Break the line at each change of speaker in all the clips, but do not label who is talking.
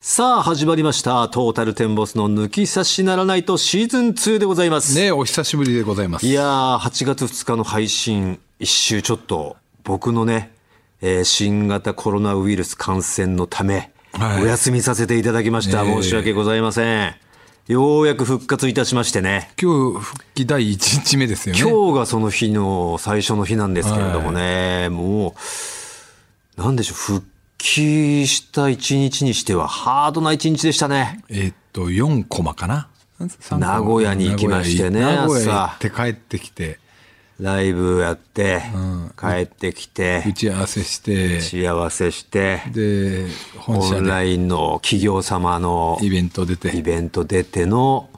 さあ始まりましたトータルテンボスの抜き差しならないとシーズン2でございます、
ねお久しぶりでございます
いやー8月2日の配信一周ちょっと僕のね、えー新型コロナウイルス感染のため、
はい
お休みさせていただきました、
え
申
え
し訳ございませんようやく復活いたしましてね
今日復帰第1日目ですよね
今日がその日の最初の日なんですけれどもね、もう、なんでしょう、復帰した一日にしてはハードな一日でしたね。
えーっと4コマかな
名古屋に行きましてね
名古屋行っ
朝
て帰ってきて
ライブやって、
ん
帰ってき
打
て、
ち合わせして
幸せして、
で本
オ
社
ン
で
ラインの企業様の
イベント出
イ
て
ベント出ての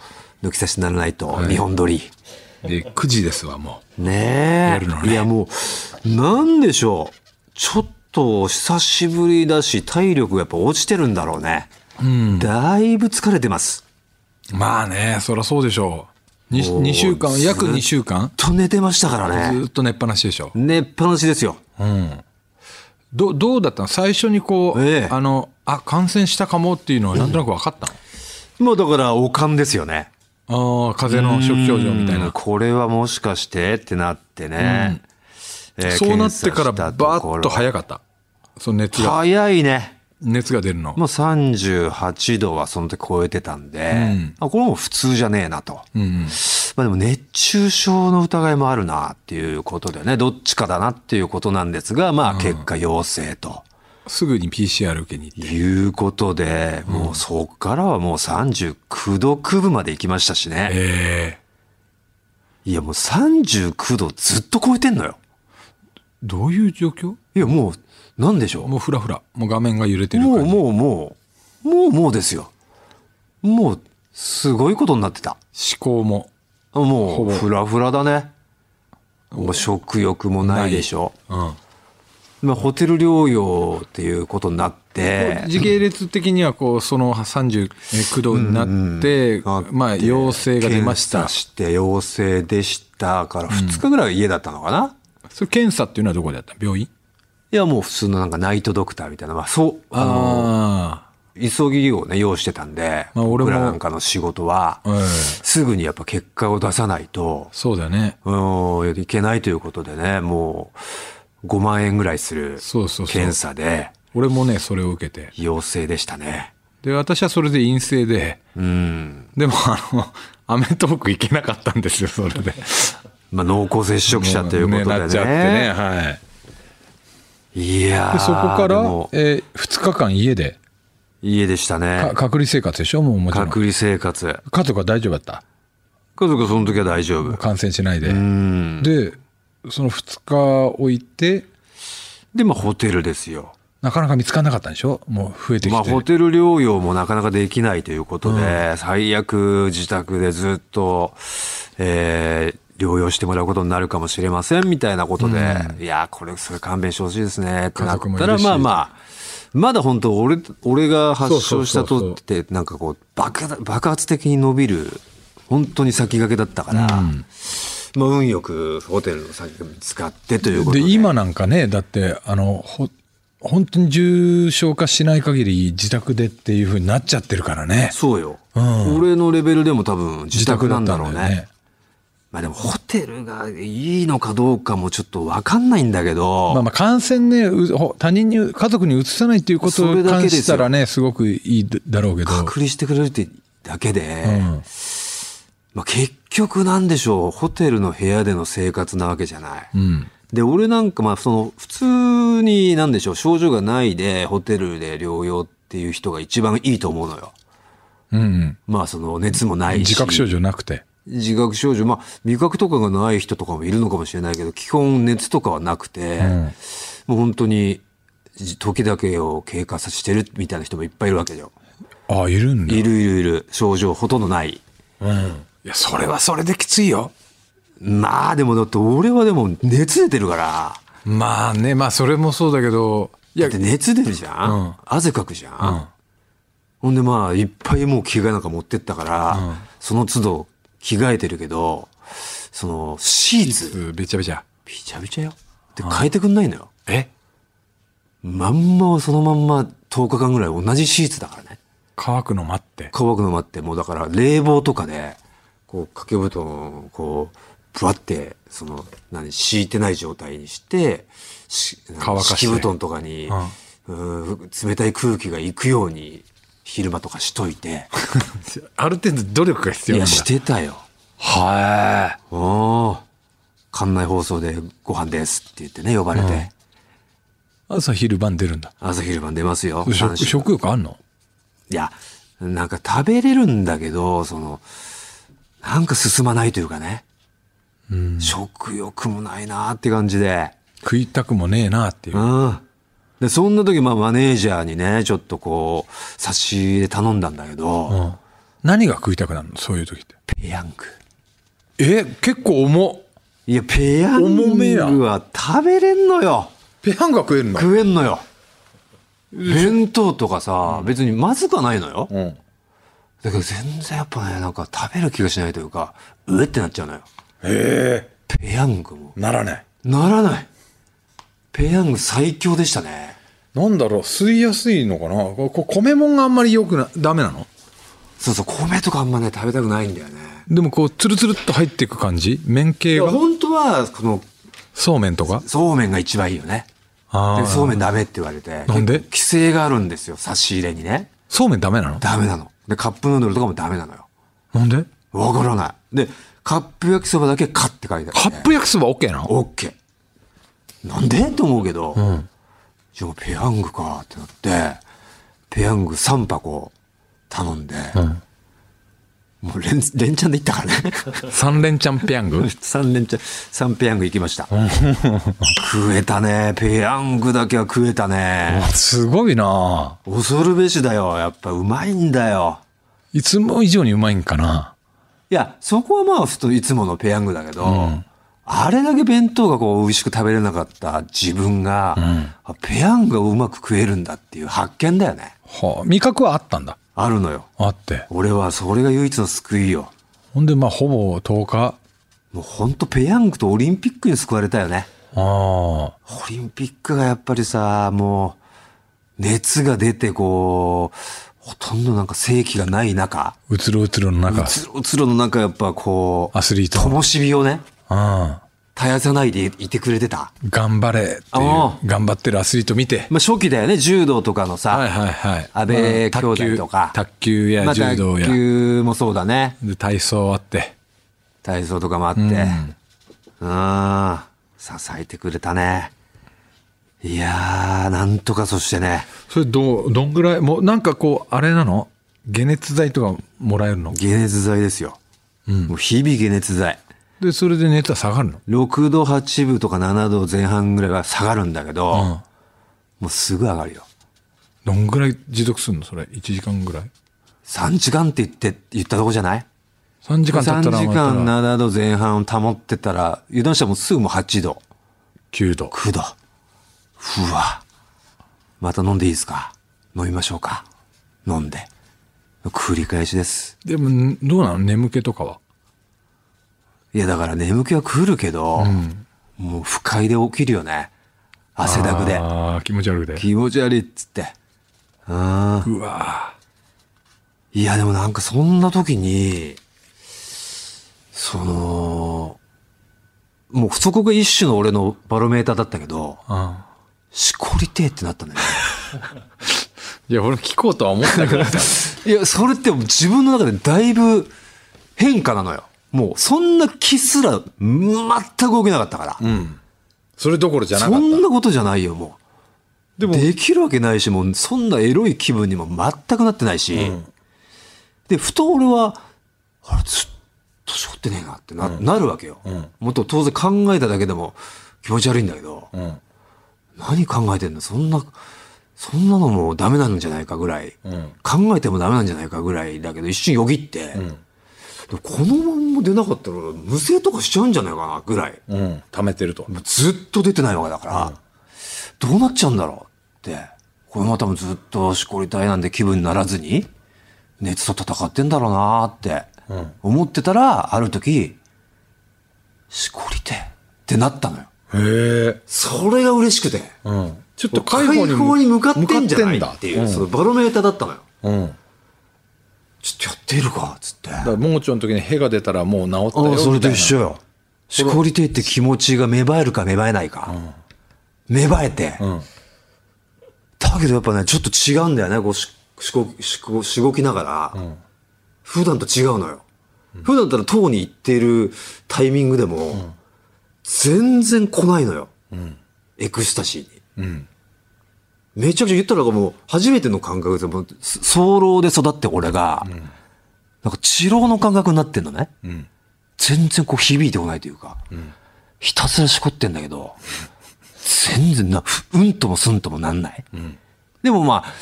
抜き差しならないと、日本撮り。
で9時ですわも
ね
るの
え。
ね
いやもう、なんでしょう。ちょっと久しぶりだし、体力がやっぱ落ちてるんだろうね。だいぶ疲れてます。
うまあねそりゃそうでしょう 2, 週間約2週間
と寝てましたから
ず
ね。
ーっと寝っぱなしでしょ
寝っぱなしですよ。
どどうだったの最初にこう、
ええ
あのあ感染したかもっていうのはなんとなく分かったの、
もうだから、おかんですよね。
ああ風邪の初期症状みたい
うん
な
これはもしかしてってなってね。えー
そうなってから
検査し
バ
た
ー
こ
ッ
ろ
と早かったその熱が
早いね。
熱が出るの
もう38度はその時超えてたんで、あこれもう普通じゃねえなと。まあでも熱中症の疑いもあるなっていうことでね、どっちかだなっていうことなんですが、まあ結果陽性と
すぐに PCR 受けに行って
いうことで、もうそこからはもう39度9分まで行きましたしね。
ええ
いやもう39度ずっと超えてんのよ。
どういう状況
いやもう、なんでしょう。
もうフラフラもう画面が揺れてる
も
感
う
じ
もうもう、もうもうですよ。もう、すごいことになってた。
思考も
も
ほ
う、
ぼ
フラフラだね。もう食欲もないでしょ。
うん
まあ、ホテル療養っていうことになって、
時系列的にはこうその39度になって、
うんうん
まあ陽性が出ました
検査して陽性でしたから、2日ぐらいは家だったのかな、い
それ検査っていうのはどこでやった病院
や、もう普通のなんかナイトドクターみたいな、まあ、そう、あの、
あ
急ぎをね、用意してたんで、
まあ俺
僕
も
らなんかの仕事は、
ええ
すぐにやっぱ結果を出さないと
あ、そうだよね
うん、いけないということでね、もう、5万円ぐらいする
そうそうそう
検査で、
俺もねそれを受けて
陽性でしたね。
で私はそれで陰性で
うん。
でもあの『アメトーーク』行けなかったんですよそれで
まあ、濃厚接触者ということでね。
なっちゃってね、はい。
いやー
でそこか
で
ら、
も
え2日間家で、
家でした
か
ね。
隔離生活でしょもうもちろん。
隔離生活。
家族は大丈夫だった
家族はその時は大丈夫。
感染しないで。
うん。
で、その2日置いて、
で、まあ、ホテルですよ。
なかなか見つからなかったんでしょもう増えてきて。
まあ、ホテル療養もなかなかできないということで、最悪自宅でずっと、えー療養してもらうことになるかもしれませんみたいなことで、いやー、これ、それ勘弁してほしいですね、ってなった
家族もい
ら、
るし
まあまあ、まだ本当俺、俺が発症した
そう
と
そう
って、なんかこう爆発、爆発的に伸びる、本当に先駆けだったから、まあ、運よくホテルの先が見つかってということ
で
で。
今なんかね、だって、あの、ほ、本当に重症化しない限り自宅でっていうふうになっちゃってるからね。
そうよ、
うん
俺のレベルでも多分自宅なんだろう
自宅ったん
ね。まあでもホテルがいいのかどうかもちょっとわかんないんだけど、
まあまあ感染ね、うほ他人に、家族にうつさないっていうこと
それ
を
だけ
関
ですよ
したらね、すごくいいだろうけど。
隔離してくれるってだけで、
うん
まあ結局なんでしょう、ホテルの部屋での生活なわけじゃない。
うん。
で、俺なんかまあその普通になんでしょう、症状がないでホテルで療養っていう人が一番いいと思うのよ。
うんうん。
まあその熱もないし。
自覚症状なくて。
自覚症状、まあ、味覚とかがない人とかもいるのかもしれないけど、基本熱とかはなくて、もう本当に、じ時だけを経過させてるみたいな人もいっぱいいるわけよ。
ああ、いるんだ。
いるいるいる。症状ほとんどない。
うん。いや、それはそれできついよ。
まあ、でもだって俺はでも熱出てるから、
まあね、まあそれもそうだけど、い
だ
や
って、熱出るじゃん、
うん
汗かくじゃん、
うん
ほんでまあ、いっぱいもう着替えなんか持ってったから、
うん
その都度着替えてるけど、その、シーツ、
べちゃべちゃ。
びちゃびちゃよ。で、変えてくんないのよ。
え
まんまそのまんま10日間ぐらい同じシーツだからね。
乾くの待って。
乾くの待って、もうだから冷房とかで、こう掛け布団をこう、ぶわって、その、何、敷いてない状態にして、し
乾かして
敷布団とかに、うん冷たい空気が行くように、昼間とかしとい て。
ある程度努力が必
い
要な
や、
んだ。
してたよ。
は
おー館内放送でご飯ですって言ってね、呼ばれて。
い。朝昼晩出るんだ。
朝昼晩出ますよ。
食
三食
食欲あんの
いや、なんか食べれるんだけど、その、なんか進まないというかね。食欲もないなーって感じで。
食いたくもねえなっていうう。
ん。で、そんな時、まあ、マネージャーにね、ちょっとこう、差し入れ頼んだんだけど、
うん何が食いたくなるのそういう時って。
ペヤング。
え、結構重っ。
いや、ペヤ
重めや
ングは食べれんのよ。
ペヤングは食えるの
食えんのよ。弁当とかさ、別にまずくはないのよ。
うん。
だけど全然やっぱね、なんか食べる気がしないというか、うえってなっちゃうのよ。
え
ペヤングも。
えならない。
ならない。ペヤング最強でしたね。
なんだろう、吸いやすいのかなここ米もんがあんまり良くな、ダメなの
そうそう、米とかあんまね、食べたくないんだよね。
でもこう、ツルツルっと入っていく感じ麺
い
系
や、
が
本当は、この、
そうめんとか
そうめんが一番いいよね。
あ
で
あ。
そうめんダメって言われて。
なんで
結構規制があるんですよ、差し入れにね。
そうめんダメなの
ダメなの。で、カップヌードルとかもダメなのよ。
なんで
わからない。で、カップ焼きそばだけカって書いてあ
カ
る、
ップ焼きそば OK なの
オッケー。なんでと思うけど、じゃあペヤングかってなって、ペヤング3箱頼んで、
うん。
もう連、連チャンで行ったからね。
三連チャンペヤング
3連チャン、三ペヤング行きました。食えたね。ペヤングだけは食えたね。
すごいなあ
恐るべしだよ。やっぱうまいんだよ。
いつも以上にうまいんかない
や、そこはまあ、ふといつものペヤングだけど、あれだけ弁当がこう、美味しく食べれなかった自分が、あペヤングがうまく食えるんだっていう発見だよね。
はあ、味覚はあったんだ。
あるのよ。
あって。
俺はそれが唯一の救いよ。
ほんで、まあ、ほぼ10日。
もうほんとペヤングとオリンピックに救われたよね。
ああ。
オリンピックがやっぱりさ、もう、熱が出てこう、ほとんどなんか正気がない中、
うつろうつろの中。
つろつろの中やっぱこう、
アスリート
ともし火をね、
うん。
絶やさないでいてくれてた。
頑張れっていう
あ。
頑張ってるアスリート見て。
まあ初期だよね、柔道とかのさ、
はいはいはい。
安倍兄弟とか、
卓球や
まあ
柔道や
卓。球もそうだね。
で、体操あって。
体操とかもあって。うん。支えてくれたね。いやー、なんとかそしてね、
それどう、どんぐらい、もうなんかこう、あれなの解熱剤とかもらえるの
解熱剤ですよ。もう日々解熱剤。
で、それで熱は下がるの
6度8分とか7度前半ぐらいは下がるんだけど、もうすぐ上がるよ。
どんぐらい持続するのそれ。1時間ぐらい
3時間って言って、言ったとこじゃない
?3 時間経
?3
った
時
らま
間
た
7度前半を保ってたら、油断したらもうすぐもう8度、
9度。
9度。ふわ。また飲んでいいですか飲みましょうか。飲んで。繰り返しです。
でも、んどうなの眠気とかはい
やだから眠気は来るけど、もう不快で起きるよね。汗だくで。
ああ、気持ち悪くて。
気持ち悪いっつって。うん。
うわ
いや、でもなんかそんな時に、その、もうそこが一種の俺のバロメーターだったけど、
あ
しこりてえってなったんだよね。
いや、俺聞こうとは思ったけどさ。
いや、それって自分の中でだいぶ変化なのよ。もうそんな気すら全く動けなかったから。
うん。それどころじゃなか
そ
っ
んなことじゃないよ、もう。
でも
できるわけないし、もうそんなエロい気分にも全くなってないし、で、ふと俺は、あれ、ずっとしょってねえなってな,、なるわけよ。もっと当然考えただけでも気持ち悪いんだけど、
た。うん。
何考えてんのそんな、そんなのもうダメなんじゃないかぐらい、
ん
考えてもダメなんじゃないかぐらいだけど、一瞬よぎって、でもこのまんま出なかったら無声とかしちゃうんじゃないかなぐらい。
うん。溜めてると。
もうずっと出てないわけだから、どうなっちゃうんだろうって。これまたもずっとしこりたいなんて気分にならずに、熱と戦ってんだろうなって
うん
思ってたら、ある時、しこりてってなったのよ。
へえ。
それが嬉しくて。
うん。ちょっ
解放に向かってんじゃないっていう、
うん
そのバロメーターだったのよ。
うん。
ちょっとやってるかっつって
だから盲腸の時に屁が出たらもう治ったよみたい
あ
な
あそれと一緒よしこりてって気持ちが芽生えるか芽生えないか、芽生えて、
ん
だけどやっぱねちょっと違うんだよねこうししこしこしごきながら、普段と違うのよ、普段だったら塔に行ってるタイミングでも、全然来ないのよ、エクスタシーに
うん
めちゃくちゃ言ったらなんかもう初めての感覚でもうそ早漏で育って俺が、なんか治療の感覚になってんのね、
ん
全然こう響いてこないというか、ひたすらしこってんだけど全然なふうんともすんともなんない、でもまあ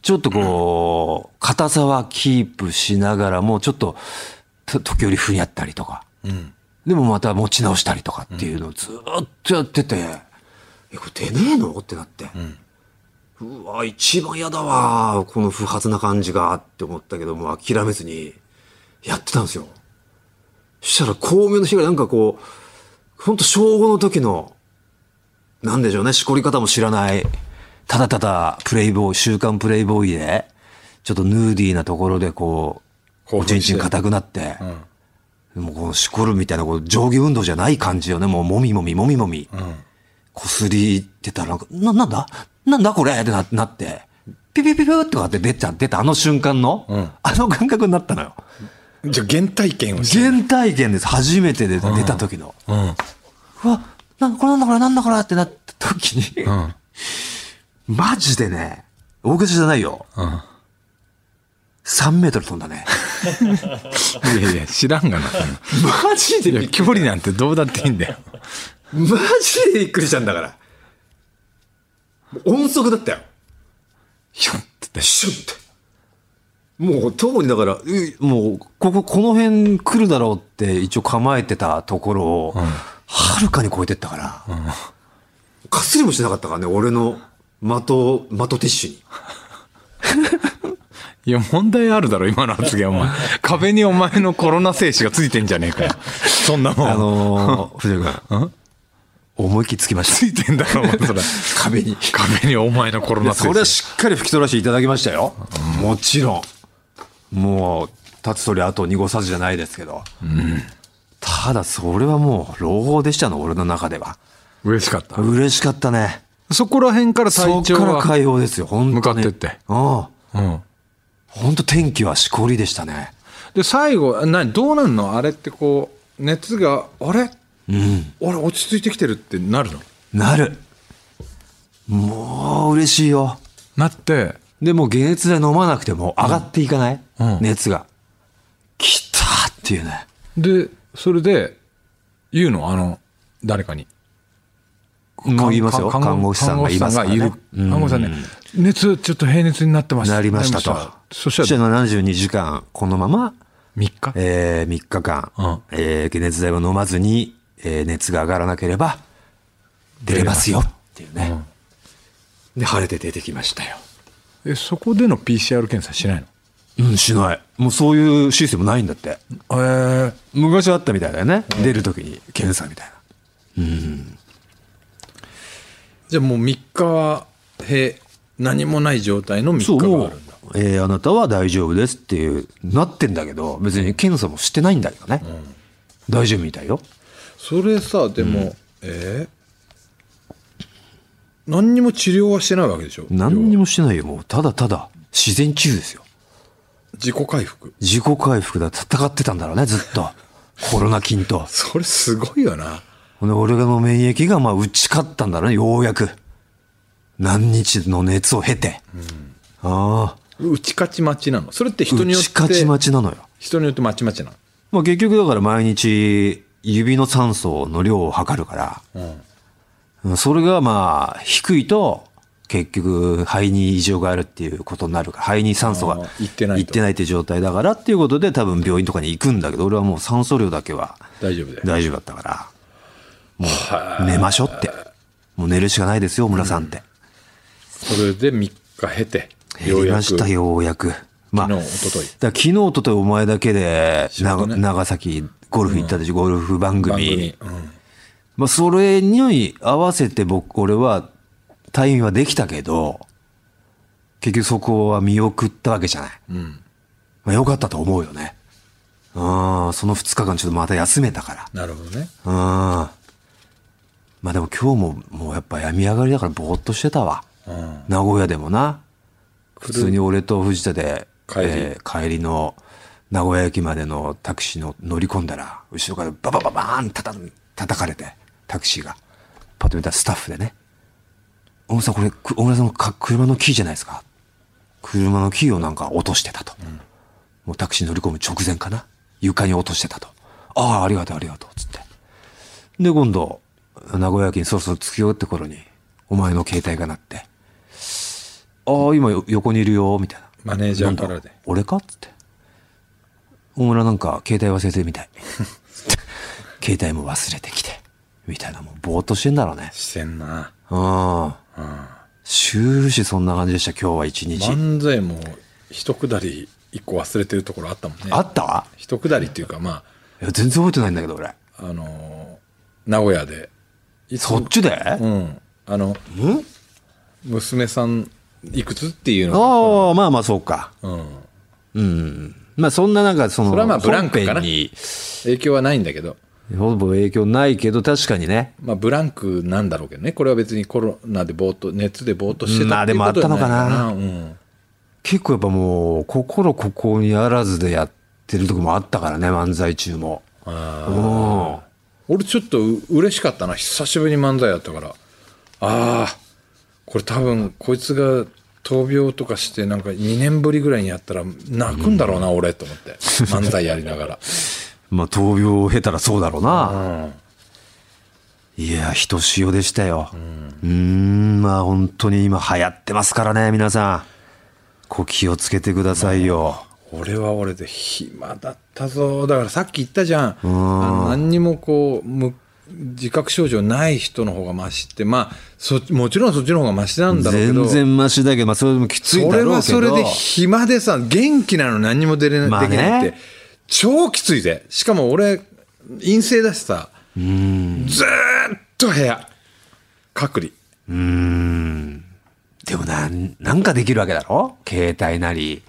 ちょっとこう硬さはキープしながらもちょっとと時折ふにゃったりとか、
うん
でもまた持ち直したりとかっていうのをずーっとやってて、え、これ出ねえのってなって。うわ、一番嫌だわ、この不発な感じがって思ったけども、諦めずにやってたんですよ。そしたら巧妙の日がなんかこう、ほんと小5の時の、なんでしょうね、しこり方も知らない、ただただプレイボーイ、週刊プレイボーイで、ちょっとヌーディーなところでこう、
興
おちん
奮して
ちん硬くなって、もうこのしこるみたいな、こう上下運動じゃない感じよね。もうもみもみもみもみ。こすりってたらなんか、な、なんだなんだこれってななって、ピピピピューってなって出ちゃ出たあの瞬間の、
うん
あの感覚になったのよ。
じゃあ原体験をしてる
原体験です。初めて出た,、出た時の。
うん
うわ、なんこれなんだこれなんだこれってなった時に、
うん
マジでね、大口じゃないよ。
うん
3メートル飛んだね。
いやいや知らん がな
マジ
いや距離なんてどうだっていいんだよ
マジでびっくりしたんだから。音速だったよ。
ひょんって
シュッて。もう、特にだから、うもう、ここ、この辺来るだろうって一応構えてたところを、はるかに超えてったから、かすりもしなかったからね、俺の的を、的ティッシュに。
いや問題あるだろ今の発言お前 壁にお前のコロナ精子がついてんじゃねえかよそんなもん
あのー、 藤田君、思いっきりつきまし
ついてんだろお前それ
た。 壁に。
壁にお前のコロ
いや
ナ精
それは
子
しっかり拭き取らせていただきましたよ、もちろんもう立つ鳥あと濁さずじゃないですけど、ただそれはもう朗報でしたの俺の中では
嬉しかった
嬉しかったね
そこら辺から
そ
体
っ
調
から
は
解放ですよ本当に
向かってって
うん
うん
本当天気はしこりでしたね
で最後などうなんのあれってこう熱があれ
うん
俺落ち着いてきてるってなるの
なるもう嬉しいよ
なって
でもう解熱剤飲まなくても上がっていかない、
うん
熱がきたーっていうね
でそれで言うのあの誰かに
もう言いますよ看護師さんがいますからね
看護師さんがいる看護師さんね熱ちょっと平熱になってました
なりましたと。
そしたら
ら72時間、このまま、
3日
え3日間、
うん
えー解熱剤を飲まずに、えー熱が上がらなければ、出れますよっていうね。で、晴れて出てきましたよ。
えそこでの PCR 検査しないの
うん、しない。もうそういうシステムないんだって。
ええ
昔あったみたいだよね。出るときに検査みたいな。
じゃあもう3日は平何もない状態の3
そう、
日
も
があ
う
るんだ、
えーあなたは大丈夫ですっていう、なってんだけど、別に検査もしてないんだけどね。大丈夫みたいよ。
それさでも、えー何にも治療はしてないわけでしょ
何に
も
もしてないよ。もう、ただただ、自然治癒ですよ。
自己回復
自己回復だ戦ってたんだろうねずっとコロナ菌と
それすごいよな
ほんで俺の免疫がまあ打ち勝ったんだろうねようやく何日の熱を経て、ああ
打ち勝ち待ちなのそれって人
打
によっ
ち
て
勝ち待ちなのよ、
人によってまちまちな
まあ、結局だから毎日指の酸素の量を測るから
の、うん、
うんそれがまあ低いと結局肺に異常があるっていうことになるから肺に酸素が
あーいってないと
いってないっていう状態だからっていうことで多分病院とかに行くんだけど俺はもう酸素量だけは
大丈夫で
大丈夫だったから寝ましょうって。もう寝るしかないですよ、村さんって。
それで3日経て
や
よう
り
や
ま
く
した、ようやく。まあ、
昨
だ
日一昨日
から昨日、おとといお前だけで、
仕
な
事ね
長崎ゴルフ行ったでしょ、ゴルフ番
番
組
組。、うん
まあ、それに合わせて僕、俺は退院はできたけど、結局そこは見送ったわけじゃない。
うん
まあ、よかったと思うよね。うん、その2日間ちょっとまた休めたから。
なるほどね。
うん。まあでも今日ももうやっぱ病み上がりだからぼーっとしてたわ。
うん。
名古屋でもな。普通に俺と藤田で、
帰り
えー帰りの名古屋駅までのタクシーの乗り込んだら、後ろからババババーンたた叩かれて、タクシーが。パッと見たらスタッフでね。小野さんこれ、く小野さんのか車のキーじゃないですか。車のキーをなんか落としてたと。もうタクシー乗り込む直前かな。床に落としてたと。ああ、ありがとう、ありがとう、つって。で、今度、名古屋駅にそろそろ着くよって頃に、お前の携帯が鳴って、ああ、今よ横にいるよ、みたいな。
マネージャーからで
なんだ俺かっつって。大村なんか携帯忘れてる みたい。携帯も忘れてきて。みたいな、もうぼーっとしてんだろうね。
してんな。
うん。
うん。
終始そんな感じでした、今日は一日。
漫才も一くだり一個忘れてるところあったもんね。
あった
一くだりっていうかま
いや、全然覚えてないんだけど、俺。
あ、あのー名古屋で。いつ
そっちで
うん。あの、
うん
娘さんいくつっていうの
ああ、まあまあ、そうか。
が、うん。
うん。まあ、そんななんか、その、
それはまあブランクかな
本編に、
影響はないんだけど、
ほぼ影響ないけど、確かにね。
まあ、ブランクなんだろうけどねこれは別にコロナでぼーっと熱でぼーっとしてた
まあ
っていうこと
でもあったのかな
じゃいうん、
結構やっぱもう、心ここにあらずでやってるとこもあったからね、漫才中も。
あー
うん。
俺ちょっとう嬉しかったな久しぶりに漫才やったからああこれ多分こいつが闘病とかしてなんか2年ぶりぐらいにやったら泣くんだろうな、俺と思って漫才やりなが
まあ、闘病を経たらそうだろうな。
ら、うん、
いや、ひとしおでしたよ。うーん、まあ本当に今流行ってますからね、皆さん。こう気をつけてくださいよ。
俺は俺で暇だったぞだからさっき言ったじゃんあの何にもこう無自覚症状ない人の方がマシってまあそもちろんそっちの方がマシなんだろうけど
全然マシだけど、まあそれでもきつ
そ
いんだ
れ
ろう
は
け
そ
ど。
れで暇でさ元気なのに何にも出れな,、
まあね
できないって超きついでしかも俺陰性だしさずーっと部屋隔離
うーん。でもなん、なんかできるわけだろ携帯なり。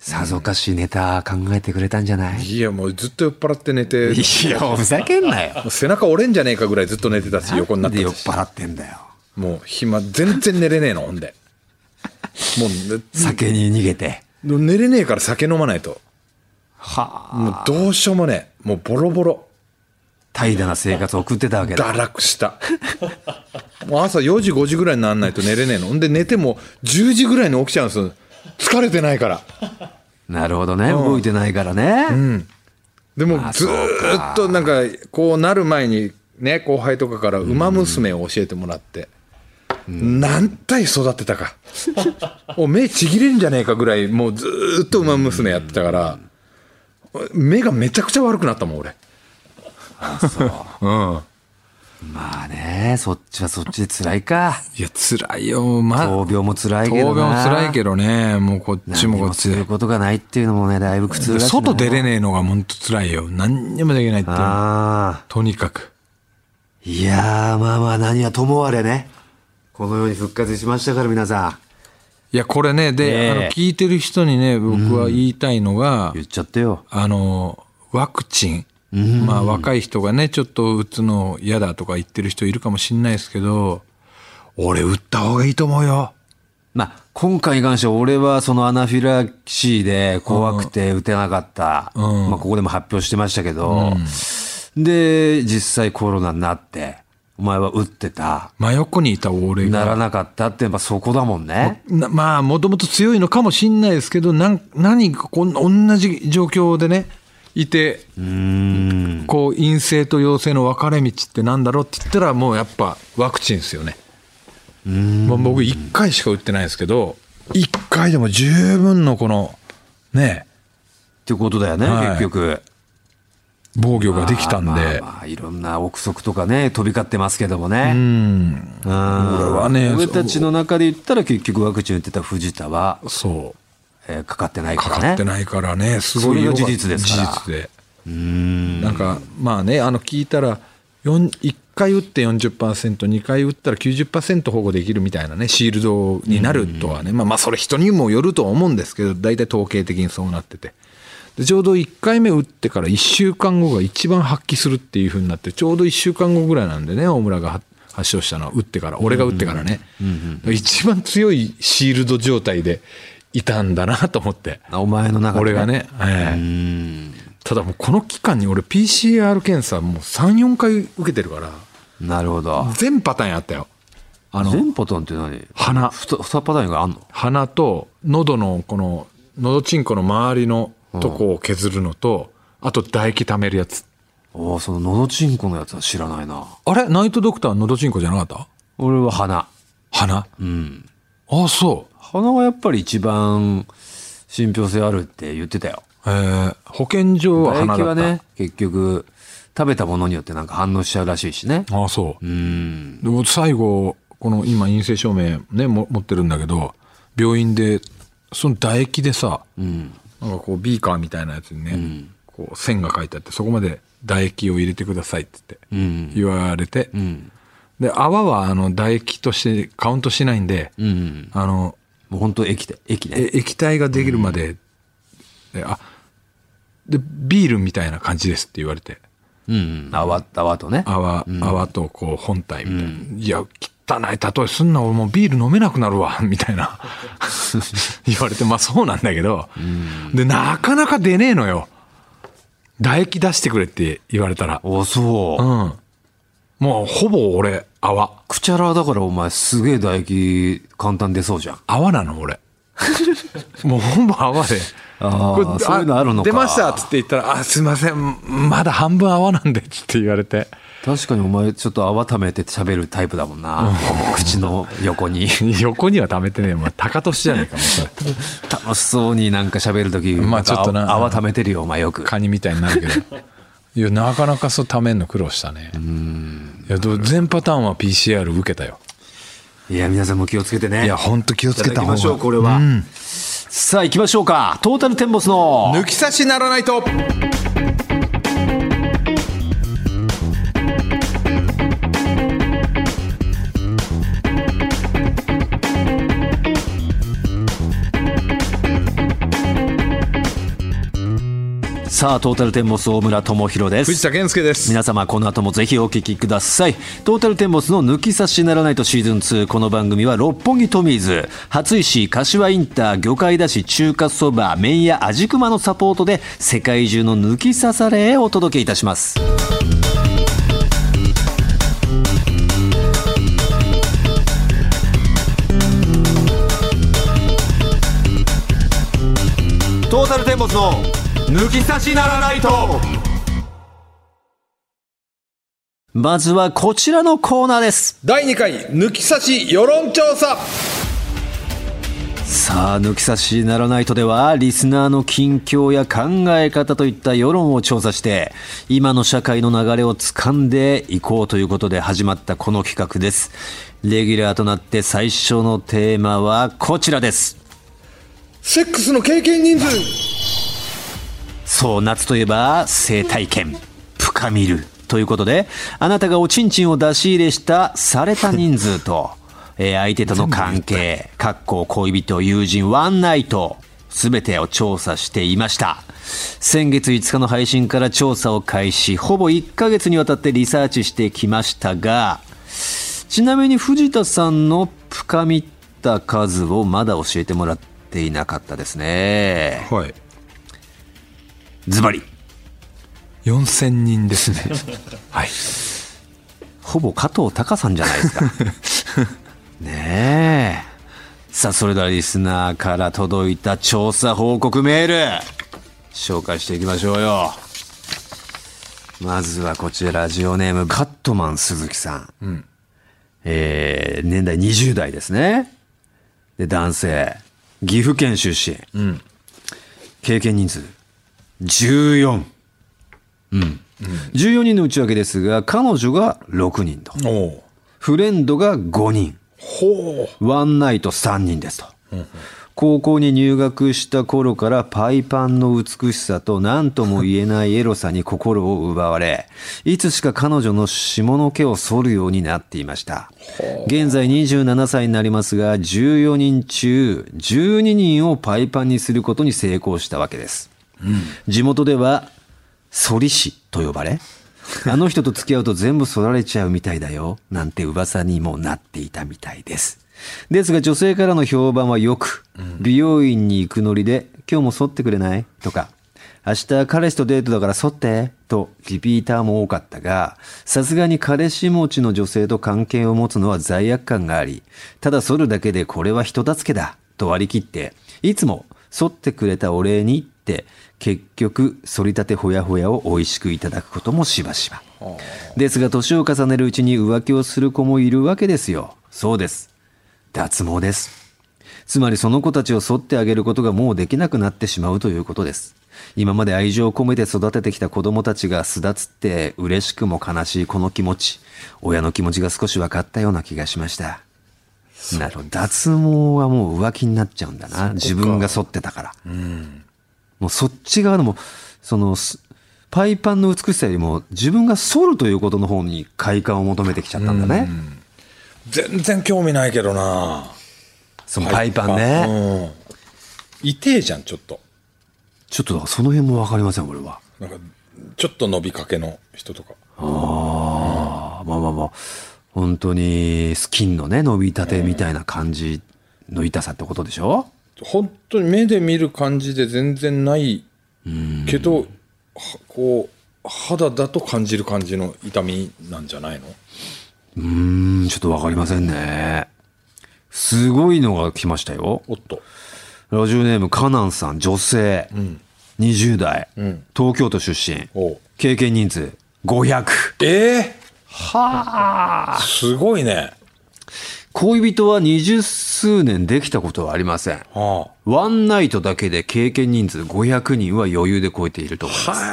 さぞかしネタ考えてくれたんじゃない
いやもうずっと酔っ払って寝て
いや、ふざけんなよ。
もう背中折れんじゃねえかぐらいずっと寝てたし横になって
で酔った
し
払ってんだよ。
もう暇全然寝れねえのほんでもう
酒に逃げて。
ね 寝れねえから酒飲まないと
はあ。
もうどうしようもねえもうボロボロ
怠惰な生活を送ってたわけだ。
堕落した もう朝4時5時ぐらいにならないと寝れねえのほんで寝ても10時ぐらいに起きちゃうんですよ疲れてないから
なるほどね。動いてないからね。
でも
あ
ず
そうか
ーっとなんかこうなる前にね後輩とかから「ウマ娘」を教えてもらって、何体育ってたか もう目ちぎれるんじゃねえかぐらいもうずーっと「ウマ娘」やってたから目がめちゃくちゃ悪くなったもん俺 うん
まあね、そっちはそっちで辛い か。
いや辛いよま
闘病も辛いけどな。ど。
どねもうこっ
何もすることがないっていうのもね、だいぶ苦痛だしな
外出れねえのが本当辛いよ。何にもできないっていうの
ああ。
とにかく。
いやー、まあまあ何はともあれね。このように復活しましたから、皆さん。
いや、これね、で、
ねえ
あの、聞いてる人にね、僕は言いたいのが、
言っちゃってよ。
あの、ワクチン。まあ、若い人がね、ちょっと打つの嫌だとか言ってる人いるかもしんないですけど、俺打った方がいいと思うよ。
まあ、今回に関しては俺はそのアナフィラキシーで怖くて打てなかった。
うん
まあ、ここでも発表してましたけど。で、実際コロナになって、お前は打ってた。
真横にいた俺が。
ならなかったってやっぱそこだもんね。
なまあもともと強いのかもしんないですけどなん何かこん同じ状況でねいてこう陰性と陽性の分かれ道ってなんだろうって言ったらもうやっぱワクチンですよね、まあ、僕1回しか打ってないですけど1回でも十分のこのね
ってことだよね、
はい
結局。
防御ができたんで、
まあまあまあいろんな憶測とかね、飛び交ってますけどもね。
うん
うん。俺
はね
俺たちの中で言ったら結局ワクチン打ってた藤田は、
そう
えーかかってないから
か
ね。
かってないからね、す
そ
ごい
れが
よかった
事実ですから
事実で。なんか、まあね、あの、聞いたら、4、1回打って40%、2回打ったら90%保護できるみたいなね、シールドになるとはね、まあまあ、それ人にもよるとは思うんですけど、大体統計的にそうなってて。でちょうど1回目打ってから1週間後が一番発揮するっていう風になってちょうど1週間後ぐらいなんでね大村が発症したのは打ってから俺が打ってからね、一番強いシールド状態でいたんだなと思って
あお前の中で
俺がね、はいただもうこの期間に俺 PCR 検査もう34回受けてるから
なるほど
全パターンやったよ
あの全パターンって何
鼻
ふた2パターンがあんの
鼻と喉のこの喉チンコの周りのとこを削るのと、あと唾液溜めるやつ
ああそののどちんこのやつは知らないな
あれナイトドクターのどちんこじゃなかった
俺は鼻
鼻
うん
ああそ
鼻がやっぱり一番信憑性あるって言ってたよ
うへえ保健所は
唾
鼻
液
だ
は
った、
ね結局食べたものによってなんか反応しちゃうらしいしね
ああそう
うん
でも最後この今陰性証明ねも持ってるんだけど病院でその唾液でさ
うん
なんかこうビーカーみたいなやつにね、
ん
こう線が書いてあってそこまで唾液を入れてくださいって言って
うん
言われて、
うん
で泡はあの唾液としてカウントしないんで、
うん
あの
もう本当液で液ね
え液体ができるまで、であでビールみたいな感じですって言われて
うん泡泡とね
泡,、泡とこう本体みたいな、いや汚い例えすんな俺もうビール飲めなくなるわ みた いな言われてまあそうなんだけど、でなかなか出ねえのよ唾液出してくれって言われたら
おそううん
もうほぼ俺泡
くちゃらだからお前すげえ唾液簡単出そうじゃん
泡なの 俺もうほぼ泡で
あー
これ
そういうのあるのか
出ましたっつって言ったら「あすいませんまだ半分泡なんで」っつって言われて
確かにお前ちょっと泡ためて喋るタイプだもんな口の横 に
横には溜めてねえもう高年じゃねえかもうそれ
楽しそうになんか喋る時
まあちょっとな
泡ためてるよお前よく
カニみたいになるけどいやなかなかそう溜めんの苦労したねいやど全パターンは PCR 受けたよ
いや皆さんも気をつけてね
いやほんと気をつけた方が
いだきましょうこれは、さあ行きましょうかトータルテンボスの
抜き差しならないと
さあトータルテンボス大村智弘です
藤田健介です
皆様この後もぜひお聞きくださいトータルテンボスの抜き差しならないとシーズン2この番組は六本木トミーズ初石柏インター魚介だし中華そば麺屋味熊のサポートで世界中の抜き差されへお届けいたしますトータルテンボスの抜き差しならないとまずはこちらのコーナーです。
第2回抜き差し世論調査
さあ、抜き差しならないとでは、リスナーの近況や考え方といった世論を調査して、今の社会の流れを掴んでいこうということで始まったこの企画です。レギュラーとなって最初のテーマはこちらです。
セックスの経験人数
そう、夏といえば、生体験、深みる。ということで、あなたがおちんちんを出し入れしたされた人数と、えー相手との関係、かっこ恋人、友人、ワンナイト、すべてを調査していました。先月5日の配信から調査を開始、ほぼ1ヶ月にわたってリサーチしてきましたが、ちなみに藤田さんの深みった数をまだ教えてもらっていなかったですね。
はい
ズバリ
4000人ですね はい
ほぼ加藤隆さんじゃないですか。ねえ。さあ、それではリスナーから届いた調査報告メール、紹介していきましょうよ。まずはこちら、ラジオネーム、カットマン鈴木さん。えー、年代20代ですね。で、男性、岐阜県出身。経験人数、14。14人の内訳ですが、彼女が6人と。
おお
フレンドが5人。
ほう
ワンナイト3人ですと。高校に入学した頃からパイパンの美しさと何とも言えないエロさに心を奪われ、いつしか彼女の下の毛を剃るようになっていました。現在27歳になりますが、14人中12人をパイパンにすることに成功したわけです。うん、地元では、反り師と呼ばれ、あの人と付き合うと全部剃られちゃうみたいだよ、なんて噂にもなっていたみたいです。ですが女性からの評判はよく、美容院に行くノリで、今日も剃ってくれないとか、明日彼氏とデートだから剃ってとリピーターも多かったが、さすがに彼氏持ちの女性と関係を持つのは罪悪感があり、ただ剃るだけでこれは人助けだと割り切って、いつも剃ってくれたお礼にって結局反りたてほやほやを美味しくいただくこともしばしばですが年を重ねるうちに浮気をする子もいるわけですよそうです脱毛ですつまりその子たちを剃ってあげることがもうできなくなってしまうということです今まで愛情を込めて育ててきた子供たちが巣立つって嬉しくも悲しいこの気持ち親の気持ちが少し分かったような気がしましたなるほど脱毛はもう浮気になっちゃうんだな自分が剃ってたから、うんもうそっち側のも、その、パイパンの美しさよりも、自分が剃るということの方に快感を求めてきちゃったんだね。
全然興味ないけどな
そのパイパンね。
うん、痛えじゃん、ちょっと。
ちょっとその辺もわかりません、俺は。
なんか、ちょっと伸びかけの人とか。
ああ、うん、まあまあまあ、本当にスキンのね、伸びたてみたいな感じの痛さってことでしょ、う
本当に目で見る感じで全然ないけど、こう肌だと感じる感じの痛みなんじゃないの
うんちょっと分かりませんねすごいのが来ましたよ
おっと
ラジオネームカナンさん女性、うん、20代、うん、東京都出身経験人数500
ええ
ー、は
あすごいね
恋人は20数年できたことはありません。はあ、ワンナイトだけで経験人数500人は余裕で超えていると思います。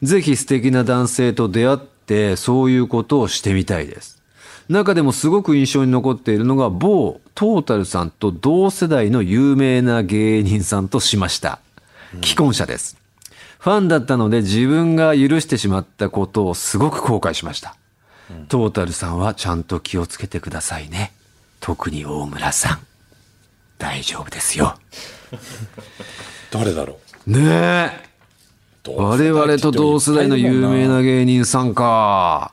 ぜひ素敵な男性と出会ってそういうことをしてみたいです。中でもすごく印象に残っているのが某トータルさんと同世代の有名な芸人さんとしました。既婚者です。ファンだったので自分が許してしまったことをすごく後悔しました。トータルさんはちゃんと気をつけてくださいね。特に大村さん。大丈夫ですよ。
誰だろ
うねえ。我々と同世代の有名な芸人さんか。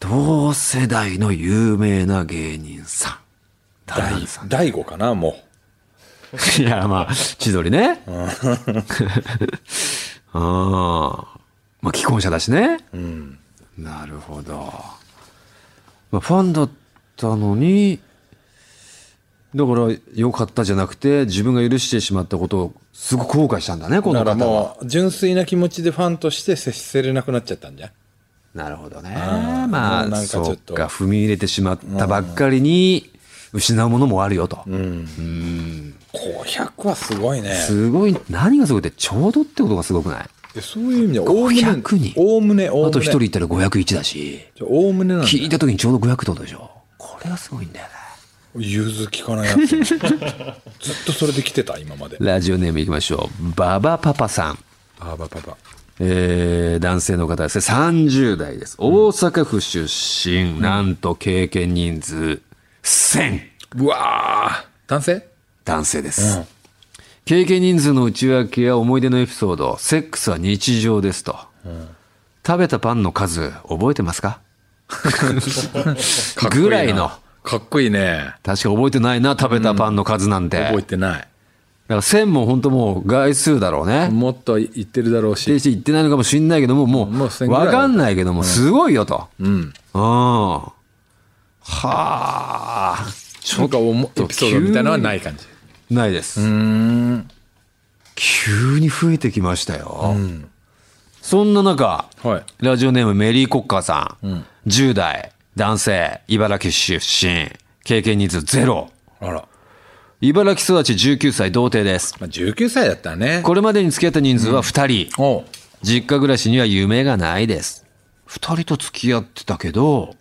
同世代の有名な芸人さん。
大大悟かな、も
う。いや、ま あ、千鳥ね。ああ。まあ、既婚者だしね。うんなるほど。まあ、ファンだったのに、だから良かったじゃなくて、自分が許してしまったことをすごく後悔したんだね、この方は。だからも
う、純粋な気持ちでファンとして接せれなくなっちゃったんじゃん。。
なるほどね。あまあ、なんかちょっと。踏み入れてしまったばっかりに、失うものもあるよと。うん。うん
500はすごいね。
すごい。何がすごいって、ちょうどってことがすごくない
そういう意味では、おおむね。
おむね、おおむね。あと一人いたら501だし。
おおむねなんだ。
聞いた時にちょうど500ってことでしょ。これがすごいんだよね。
融通聞かない やつ。ずっとそれで来てた、今まで。
ラジオネームいきましょう。ババパパさん。
ババパパ。
えー、男性の方ですね。30代です。大阪府出身。うん、なんと経験人数1000。
うわ男 性
男性です。うん経験人数の内訳や思い出のエピソード、セックスは日常ですと。うん、食べたパンの数、覚えてますかぐらいの。
かっこいいね。
確か覚えてないな、食べたパンの数なんて。うん、
覚えてない。だ
から1000も本当もう概数だろうね。
もっといってるだろうし。
いってないのかもしんないけども、もう、わかんないけども、すごいよと。
うん。うん。
はあ。
ちょっとエピソードみたいのはない感じ。
ないです。急に増えてきましたよ。うん、そんな中、はい、ラジオネームメリー・コッカーさん、うん、10代、男性、茨城出身、経験人数ゼロ。
あら。
茨城育ち19歳、童貞です。
まあ、19歳だったね。
これまでに付き合った人数は2人。うん、実家暮らしには夢がないです。2人と付き合ってたけど、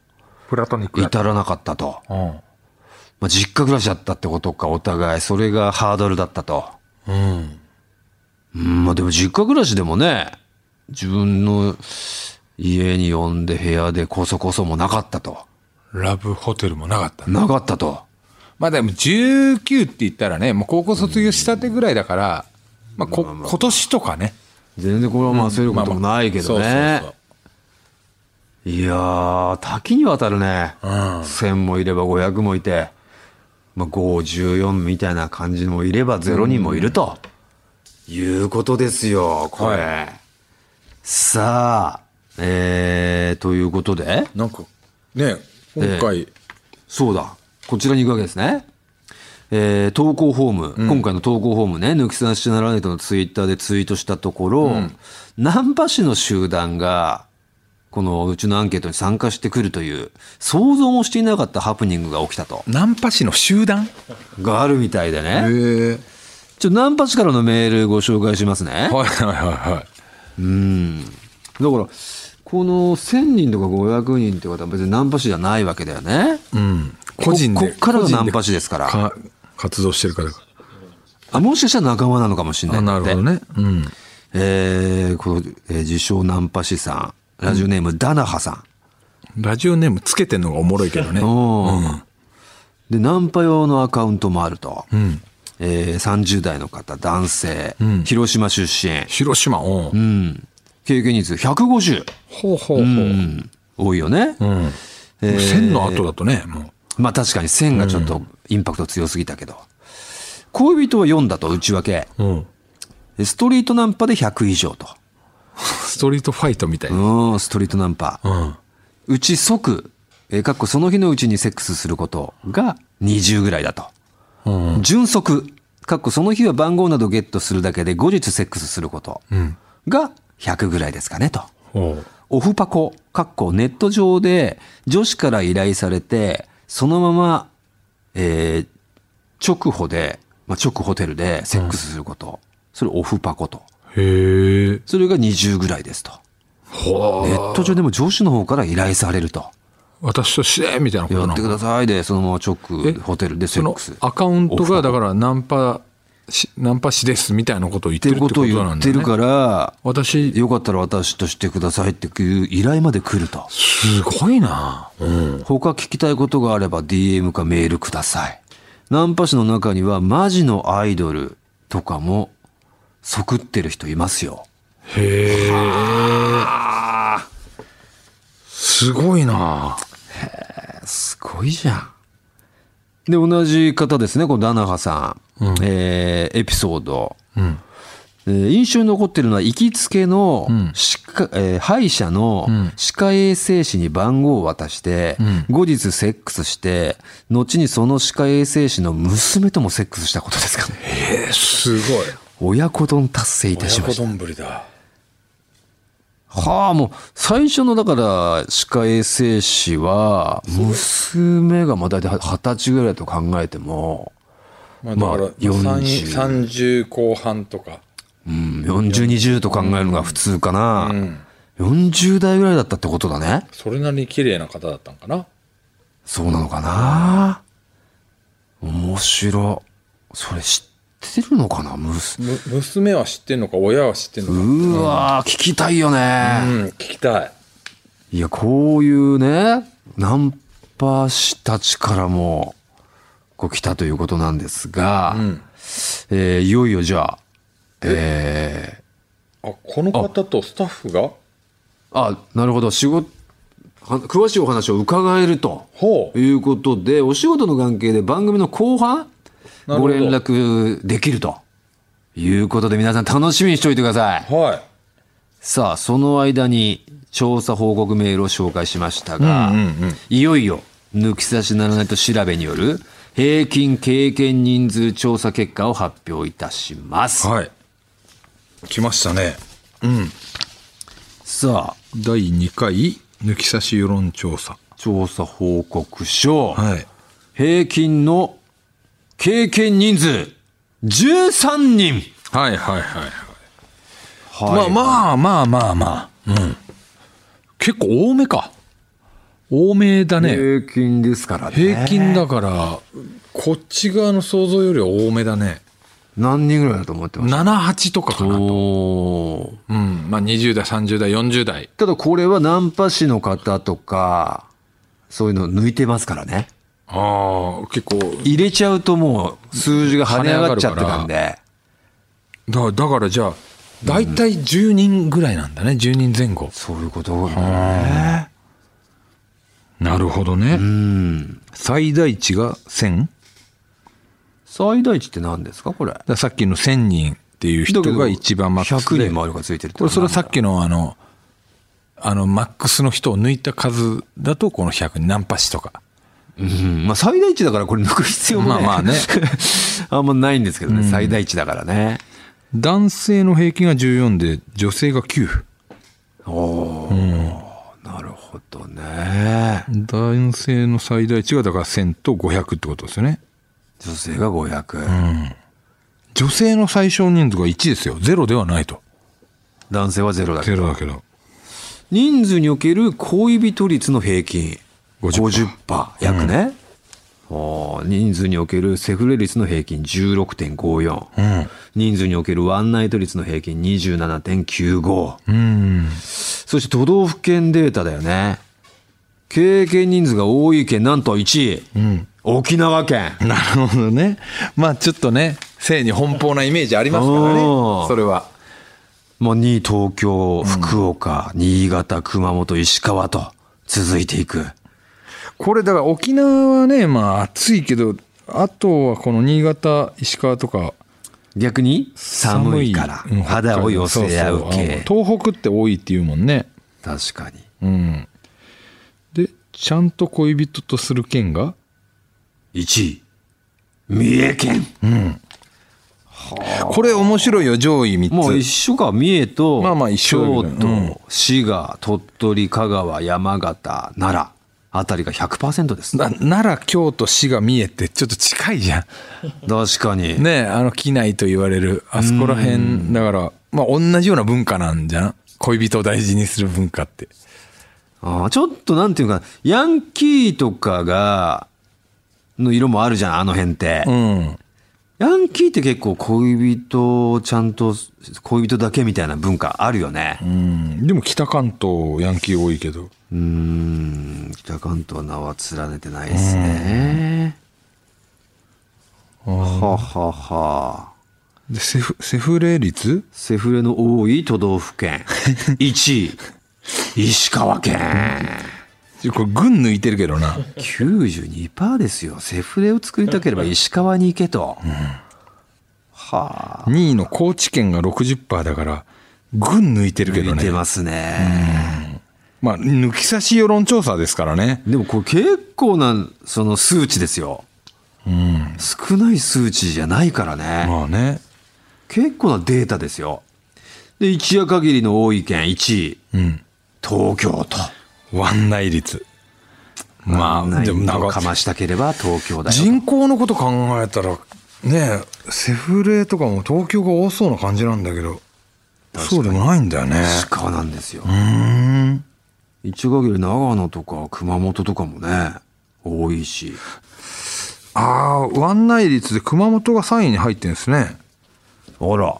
プラトニック
至らなかったと。まあ、実家暮らしだったってことか、お互い。それがハードルだったと。
うん。
うん、まあでも実家暮らしでもね、自分の家に呼んで部屋でこそこそもなかったと。
ラブホテルもなかった。
なかったと。
まあでも19って言ったらね、もう高校卒業したてぐらいだから、まあこ、今年とかね。
全然これはまあそういうこともないけどね
そうそう。
いやー、多岐にわたるね。
そう
1000もいれば500もいて、まあ、514みたいな感じもいれば0人もいると、いうことですよ、これ。さあ、えー、ということで、
うん。なんか、ね、今回、
そうだ、こちらに行くわけですね。えー投稿フォーム、今回の投稿フォームね、抜き差しならないとのツイッターでツイートしたところ、難波市の集団が、このうちのアンケートに参加してくるという、想像もしていなかったハプニングが起きたと。
ナンパ師の集団
があるみたいで
へ
ね。
え。
ちょ、ナンパチからのメールご紹介しますね。
はいはいはいはい。
うん。だから、この1000人とか500人ってことは別にナンパ師じゃないわけだよね。
うん。個人で。
ここっからが
個人
ナンパ師ですから
か活動してるから。
あ、もしかしたら仲間なのかもしれない
あ、
って。
なるほどね。うん。
えー、この、えー自称ナンパ師さん。ラジオネーム、ダナハさ
ラジオネームつけてんのがおもろいけどね
ん。。うん。で、ナンパ用のアカウントもあると。
うん。
えー、30代の方、男性。
ん
広島出身。
広島、うん。
うん。経験人数150。
ほうほうほう。う。
うんん。多いよね。えー
線の後だとね、も
まあ確かに線がちょっとインパクト強すぎたけど。恋人は4だと内訳。
う。うん。
ストリートナンパで100以上と。
ストリートファイトみたいな。
うん、ストリートナンパ。
うん。
うち即、えーかっこその日のうちにセックスすることが20ぐらいだと。
うん。
純則、かっこその日は番号などゲットするだけで後日セックスすること
うん。
が100ぐらいですかねと。
ほう。
オフパコ、かっこネット上で女子から依頼されて、そのまま、えー直歩で、まあ、直ホテルでセックスすること。それオフパコと。
へえ。
それが20ぐらいですと。
ほ
ネット上でも上司の方から依頼されると。
私としてみたいなこ
や
と
っ
な
てく
の
ださいで、そのまま直
え
ホテルでセ
そ
ッ
の
クス。
アカウントがだからナンパし、ナンパ師ですみたいなことを言っ
って
てる
る
って
こ
ことと
を言
な
っ
ん
て
だ
る
ね。
から、
私、
よかったら私としてくださいっていう依頼まで来ると。
すごいな。うん。
他聞きたいことがあれば DM かメールください。ナンパ師の中にはマジのアイドルとかも、そくってる人いますよ。
へえ。すごいな。
すごいじゃん。で、同じ方ですね、このダナハさん。えーエピソード。
うん。
えー印象に残ってるのは行きつけの
ん
歯科、えー歯医者の
ん
歯科衛生士に番号を渡して、
ん
後日セックスして後にその歯科衛生士の娘ともセックスしたことですかね
えー、すごい。
親子丼達成いたしました
丼ぶりだ。
はあもう最初のだから歯科衛生士は娘がまあ大体二十歳ぐらいと考えても、
まあ、
まあ
だから、
40
30後半とか。
うん、4020と考えるのが普通かな、
うん。
40代ぐらいだったってことだね
それなりに綺麗な方だったんかな。
そうなのかな面白。それ知ってるのかなむす
む娘は知ってんのか、親は知ってんのか。
うわー、聞きたいよ
う
ね。
ん、聞きたい。
いや、こういうね、ナンパ師たちからも、こう来たということなんですが、
うん。
えーいよいよじゃあ、え
あ、この方とスタッフが
ーあ、なるほど、仕事、は詳しいお話を伺えると。
ほ
と
う。
いうことで、お仕事の関係で番組の後半、
なるほ
ご
ど
連絡できるということで、皆さん楽しみにしておいてください。
は
さあ、その間に調査報告メールを紹介しましたが、
うんうんうん
いよいよ、抜き差しならないと調べによる平均経験人数調査結果を発表いたします。
い。はい。来ましたね。
さあ、
第2回、抜き差し世論調査。
調査報告書、
はい。
平均の経験人数13人。
はいはいはい。
はい
まあまあまあまあまあ。うん。結構多めか。多めだね。
平均ですからね。
平均だから、こっち側の想像よりは多めだね。
何人ぐらいだと思ってます
7、8とかかな。
お
うん。まあ20代、30代、40代。
ただこれはナンパ師の方とか、そういうの抜いてますからね。
ああ、結構。
入れちゃうともう数字が跳ね上がっちゃってたんで。
だだからじゃあ、大体10人ぐらいなんだね。10人前後。
そういうことだね。
なるほどね。
うん。
最大値が 1000? だか
最大値って何ですかこれ。
らさっきの1000人っていう人が一番マックス
100
で。
人もあるがついてるって
これそれはさ
き。
っきのあの、あの、マックスの人を抜いた数だと、この100人、ナンパ師とか。
うん。まあ最大値だからこれ抜く必要もね。
まあまあね
あんまないんですけどね。最大値だからね。
男性の平均が14で、女性が9。
なるほどね。
男性の最大値がだから1000と500ってことですよね。
女性が500。
女性の最小人数が1ですよ。0ではないと。
男性はゼロだけど。
0だけど。
人数における恋人率の平均
50%
50%, 約ね、おー人数におけるセフレ率の平均16.54、
うん。
人数におけるワンナイト率の平均27.95
うん。
そして都道府県データだよね経験人数が多い県なんと1位、沖縄県
なるほどね。まあちょっとね、性に奔放なイメージありますからね
うん。
それは。
まあ、2位東京福岡、新潟熊本石川と続いていく
これだから沖縄はね、まあ暑いけど、あとはこの新潟、石川とか、
逆に寒いから
うん
肌を寄せ合う
そそ
系
東北って多いっていうもんね。
確かに
うん。で、ちゃんと恋人とする県が
1位三重県
これ面白いよ、上位3つ。
もう一緒か三重と
まあまあ一
京
緒だけど
都、
うん
滋賀鳥取香川山形奈良あたりが100%です
な奈良、京都、滋賀、三重ってちょっと近いじゃ
確かに、
ん。ねえあの、機内と言われる、あそこら辺、だから、まあ同じような文化なんじゃん恋人を大事にする文化って。
あーちょっとなんていうかヤンキーとかがの色もあるじゃんあの辺って、
うん。
ヤンキーって結構恋人をちゃんと恋人だけみたいな文化あるよね
うん。でも北関東、ヤンキー多いけど。
うーん北関東は名は連ねてないですね。ははは。
で、セフ、セフレ率
セフレの多い都道府 県1位石川県
これ群抜いてるけどな。
92%ですよセフレを作りたければ石川に行けと、はあ
2位の高知県が60%だから、群抜いてるけど
抜いて
ね。
ますね
まあ、抜き差し世論調査ですからね。
でもこれ結構なその数値ですよ
うん。
少ない数値じゃないからね、
まあね。
結構なデータですよ。で、一夜限りの多い県1位、
うん。
東京と。
湾内率。まあ、でもなん
か
か、
ましたければ東京だよ。
人口のこと考えたら、ねえセフレとかも東京が多そうな感じなんだけど、そうでもないんだよね。
石川なんですよ。
うーん。
一夜限り長野とか熊本とかもね、多いし。
ああ、湾内率で熊本が3位に入ってるんですね。
あら、は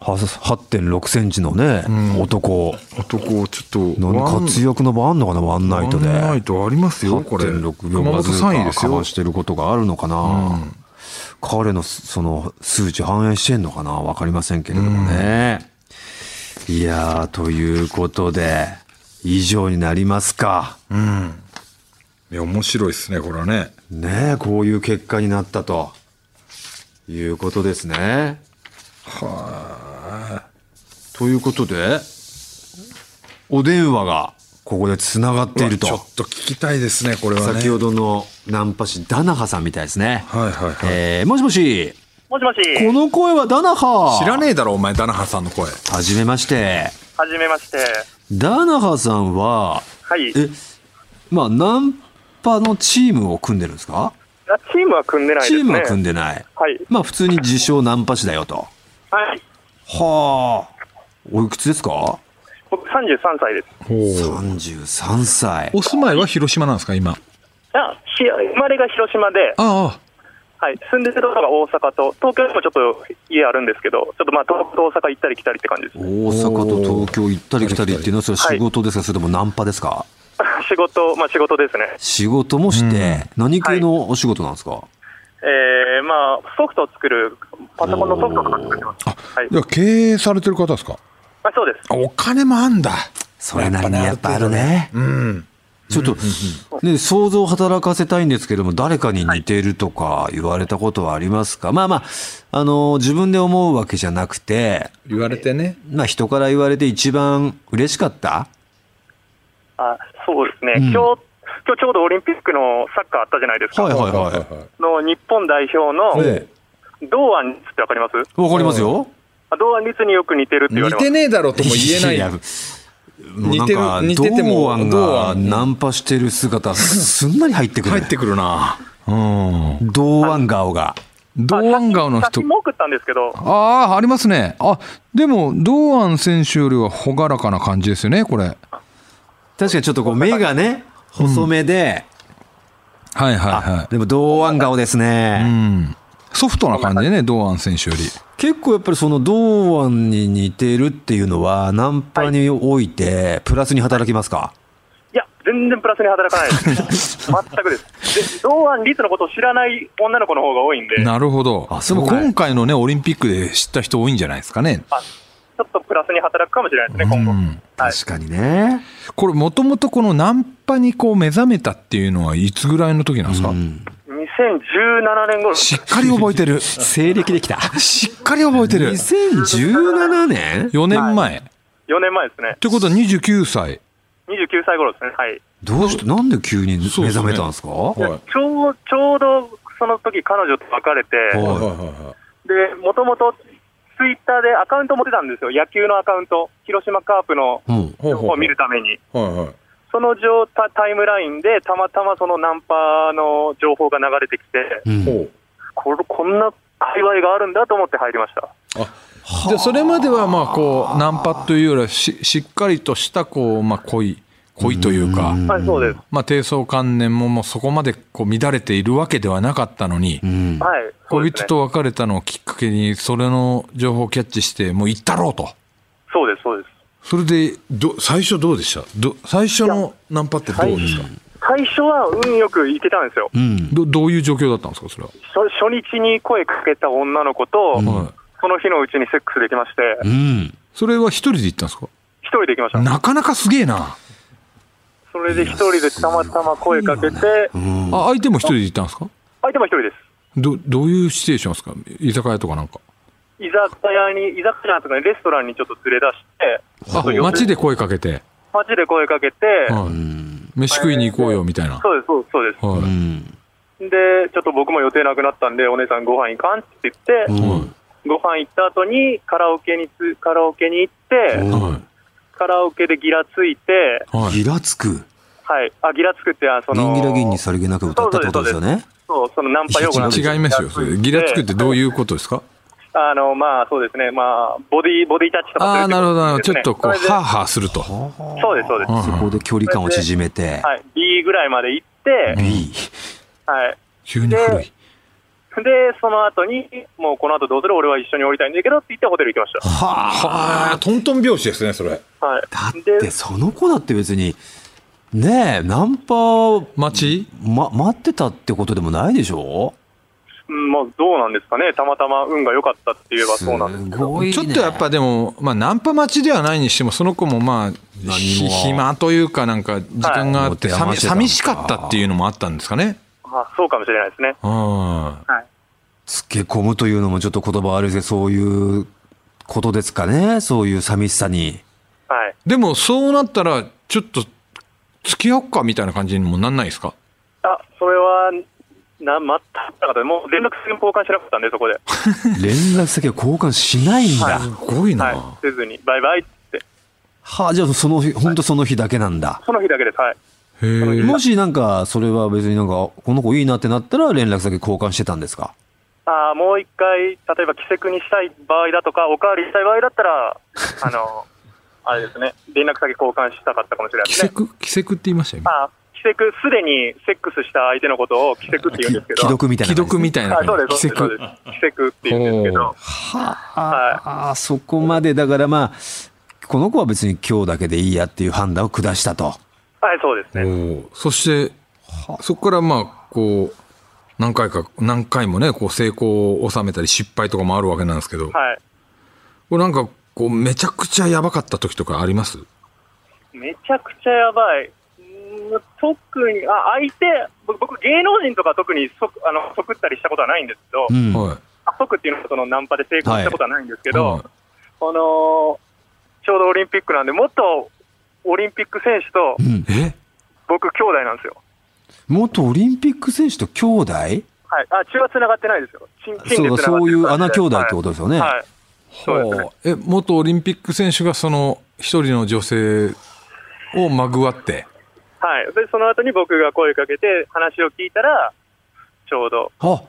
8.6センチのね、男。
男、ちょっと、
なん
湾
か活躍の場あんのかな、ワンナイトで。
湾内とありますよ、これ。熊
8.6秒
本
バズー
3位
カ
で
ー
す
か
よ
ま。してることがあるのかな、彼のすその数値反映してんのかなわかりませんけれどもね、いやーということで以上になりますか
うん。いや、面白いですね、これはね。
ねえこういう結果になったということですねということでお電話がここでつながっていると
ちょっと聞きたいですね、これはね。
先ほどのナンパ師ダナハさんみたいですね
はいはいはい。
えーもしもし、
もしもし、
この声はダナハ。
知らねえだろ、お前、ダナハさんの声。
はじめまして。
はじめまして。
ダナハさんは、
はい。
え、まあ、ナンパのチームを組んでるんですか
あチームは組んでないです
チ
ね。
ームは組んでない。
はい。
まあ、普通に自称ナンパ師だよと。
はい。
はあ。おいくつですか
僕33歳です。
ほう
33歳。
お住まいは広島なんですか、今。
あし生まれが広島で、
ああ、
はい、住んでるところが大阪と、東京にもちょっと家あるんですけど、ちょっとまあ東京と大阪行ったり来たりって感じです
大。阪と東京行ったり来たりっていうのは、それは仕事ですか、それともナンパですか
仕事、まあ仕事ですね。
仕事もして、何系のお仕事なんですか、
えー、まあソフトを作る、パソコンのソフトとか作ってます。はい。
じゃあ経営されてる方ですか。
あ、そうです。
あお金もあんだ。
それなりにやっぱあるね。
うん。
ちょっと、ね、想像を働かせたいんですけども、誰かに似てるとか言われたことはありますか、まあまあ、あの、自分で思うわけじゃなくて、
言われてね。
まあ人から言われて一番嬉しかった
あ、そうですね。
うん
今日今日ちょうどオリンピックのサッカーあったじゃないですか。
はいはいはい
い。
の日本代表の
え
堂安律ってわかります
えわかりますよ。
あ堂安律によく似てるって言わ
似
れます
て。ねえだろとも言えない。
や
い
もうなんか
似てる似てても
堂安
堂
が
安
ナンパしてる姿、すんなり入ってく
入
る
っ
ね。
てくるな。うん。
堂安顔が。
同安顔の
写
人
真。も送ったんですけど、
ああ、ありますね。あ、でも、堂安選手よりは朗らかな感じですよね、これ。はい
確かにちょっとこう目がね、細めで、
はい
あ
は、
でも堂安顔ですね。
い。うん。ソフトな感じね、堂安選手より。
結構やっぱりその堂安に似てるっていうのはナンパにおいてプラスに働きますか、
いや、全然プラスに 働かないです。全くです。で、堂安律のことを知らない女の子の方が多いんで、ちょ
なるほど。
あ
で
そう
も今回のね、オリンピックで知った人多いんじゃないですかね。
っとプラスに働くかもしれないですね、今後。
うん
はい、
確かにね、
これ、もともとこのナンパにこう目覚めたっていうのはいつぐらいの時なんですか、
2017年頃
しっかり覚 えてる。
西暦できた
しっかり覚えてる。
2017年
4年前。
4年前ですね。
ということは29歳。
29歳頃ですね。はい。
どうしてなんで急に目
そうです
覚
ね
めたんですか
はい
ちょうちょうどその時彼女と別れて、
はい
で、もともとツイッターでアカウント持ってたんですよ。野球のアカウント。広島カープの
うん、
ほう
を見るために。
はいはい。
その状態タイムラインで、たまたまそのナンパの情報が流れてきて、
うん、
う。
これこんな界隈があるんだと思って入りました。
じゃあそれまではまあこうナンパというよりはししっかりとしたこうまあ恋恋というか
うん
はい、そうです。
まあ低層観念ももうそこまでこう乱れているわけではなかったのに
うん
はい。そう
恋
です
人と
ね
別れたのをきっかけにそれの情報をキャッチしてもう行ったろうと
そうです、そうです。
それでど最初どうでしたど最初のナンパってどうですか
最初は運よく行けたんですよ。
うん
どどういう状況だったんですかそれは、
初初日に声かけた女の子と、
うん
はい、
その日のうちにセックスできまして、
うん
それは一人で行ったんですか
一人で行きました。
なかなかすげえな
それで一人でたまたま声かけて、
うん
あ相手も一人で行ったんですか
相手も一人です。
どどういうシチュエーションですか居酒屋とかなんか
居酒屋に、居酒屋とかレストランにちょっと連れ出して、
あ街で声かけて
街で声かけて、
は
う
い、
ん
飯食いに行こうよみたいな。
そうです、そうですそうで
う
は
す。
ん
で、ちょっと僕も予定なくなったんで、お姉さんご飯行かんって言って、ご飯行った後にカラオケにつ、カラオケに行って、
い。
うん
は
カラオケでギラついて、
い。はい。
ギラつく
はい。あ、ギラつくって、あそ
ギン
の、
ギラギンにさりげなく歌ったってことですよね
そう、そのナンパ用語なんですけど
違いますよ。それギラつくってどういうことですか
あの、まあ、そうですね。まあ、ボディ、ボディタッチとか
ああ、
するって
なるほどなるほど。ちょっとこう、
ことですね
ハーハーすると。は
それでそうです、そうです。
い
そこで距離感を縮めて、
はい。B ぐらいまで行って、
B
はい。
急に古い。
で、その後に、もうこの後どうする俺は一緒に降りたいんだけどって言ってホテル行きまし
はあ
はあ、トントン拍子ですね、それ。
た。はい。
だっ
で
てその子だって別にねえナンパを、
街
ま、待ってたってことでもないでしょ
うんまあ、どうなんですかね。たまたま運が良かったって言えばそうなんです。
すごい、ね、
ちょっとやっぱでも、まあ、ナンパ待ちではないにしても、その子もまあ、ひ
も
暇というか、なんか、時間があって、
はい
さみ寂しかったっていうのもあったんですかね。
あそうかもしれないですね。
ああ。
はい。
つけ込むというのもちょっと言葉悪いですけどそういうことですかねそういう寂しさに
はい。
でも、そうなったら、ちょっと、付き合おっかみたいな感じにもなんないですか
あ、それは、な、全くなかった。もう連絡先も交換しなかったんで、そこで。
連絡先を交換しないんだ、は
すごいな。
はい。せずに、バイバイって。
あじゃあその日本当その日だけなんだ、
その日だけです。はい。
へえ。
もしなんかそれは別になんかこの子いいなってなったら連絡先交換してたんですか
あーもう一回、例えば、規制にしたい場合だとか、おかわりしたい場合だったら、あの、あれですね、連絡先交換したかったかもしれない
キ
で
セ
すね。
クキセクって言いましたよ今
ああ、奇跡、すでにセックスした相手のことを奇跡って言うんですけど。
既読みたいな
既
感じ
読みたいな
あそう
感
です、
じ
そ
奇
うですそう
跡
です。奇跡って言うんですけど。
はあ、そこまでだからまあこの子は別に今日だけでいいやっていう判断を下したと
はい、そうですね。
おーそしてそこからまあこう何回か何回もねこう成功を収めたり失敗とかもあるわけなんですけど、
はい。
これなんかこうめちゃくちゃやばかった時とかあります
めちゃくちゃやばい。うーん特に、あ、相手、僕、僕芸能人とか特にそ、あの、即ったりしたことはないんですけど、
ん
は
あ即っていうのはそのナンパで成功したことはないんです
い
けど、
はい
この、ちょうどオリンピックなんで、元オリンピック選手と
うん
え
僕、兄弟なんですよ。
元オリンピック選手と兄弟
はい。あ、血は繋がってないですよ。チンチン
そ
で繋が
う
ってる
そういう穴兄弟ってこととですよね、
はい。そうですね
はあえ元オリンピック選手がその一人の女性をまぐわって
はい。で、その後に僕が声かけて、話を聞いたら、ちょうど、
あ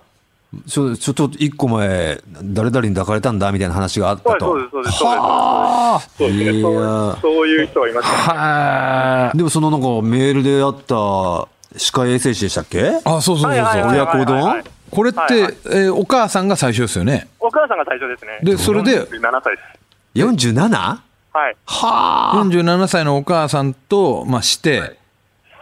ちょちょちょっと一個前誰々に抱かれたんだみたいな話があったと
そうですそうですそうです
はあ
そうですね
いや
そうそういう人がいました。
は
でもそのなんかメールであった歯科衛生士でしたっけ
あそうそうそうそう、
はいはいはいはい
親子丼
はいはい
これって、
はいはい
えーお母さんが最初ですよね
お母さんが最初ですね。
でそれで
47歳です。
47? は
はい。
あ
47歳のお母さんと、まあ、して、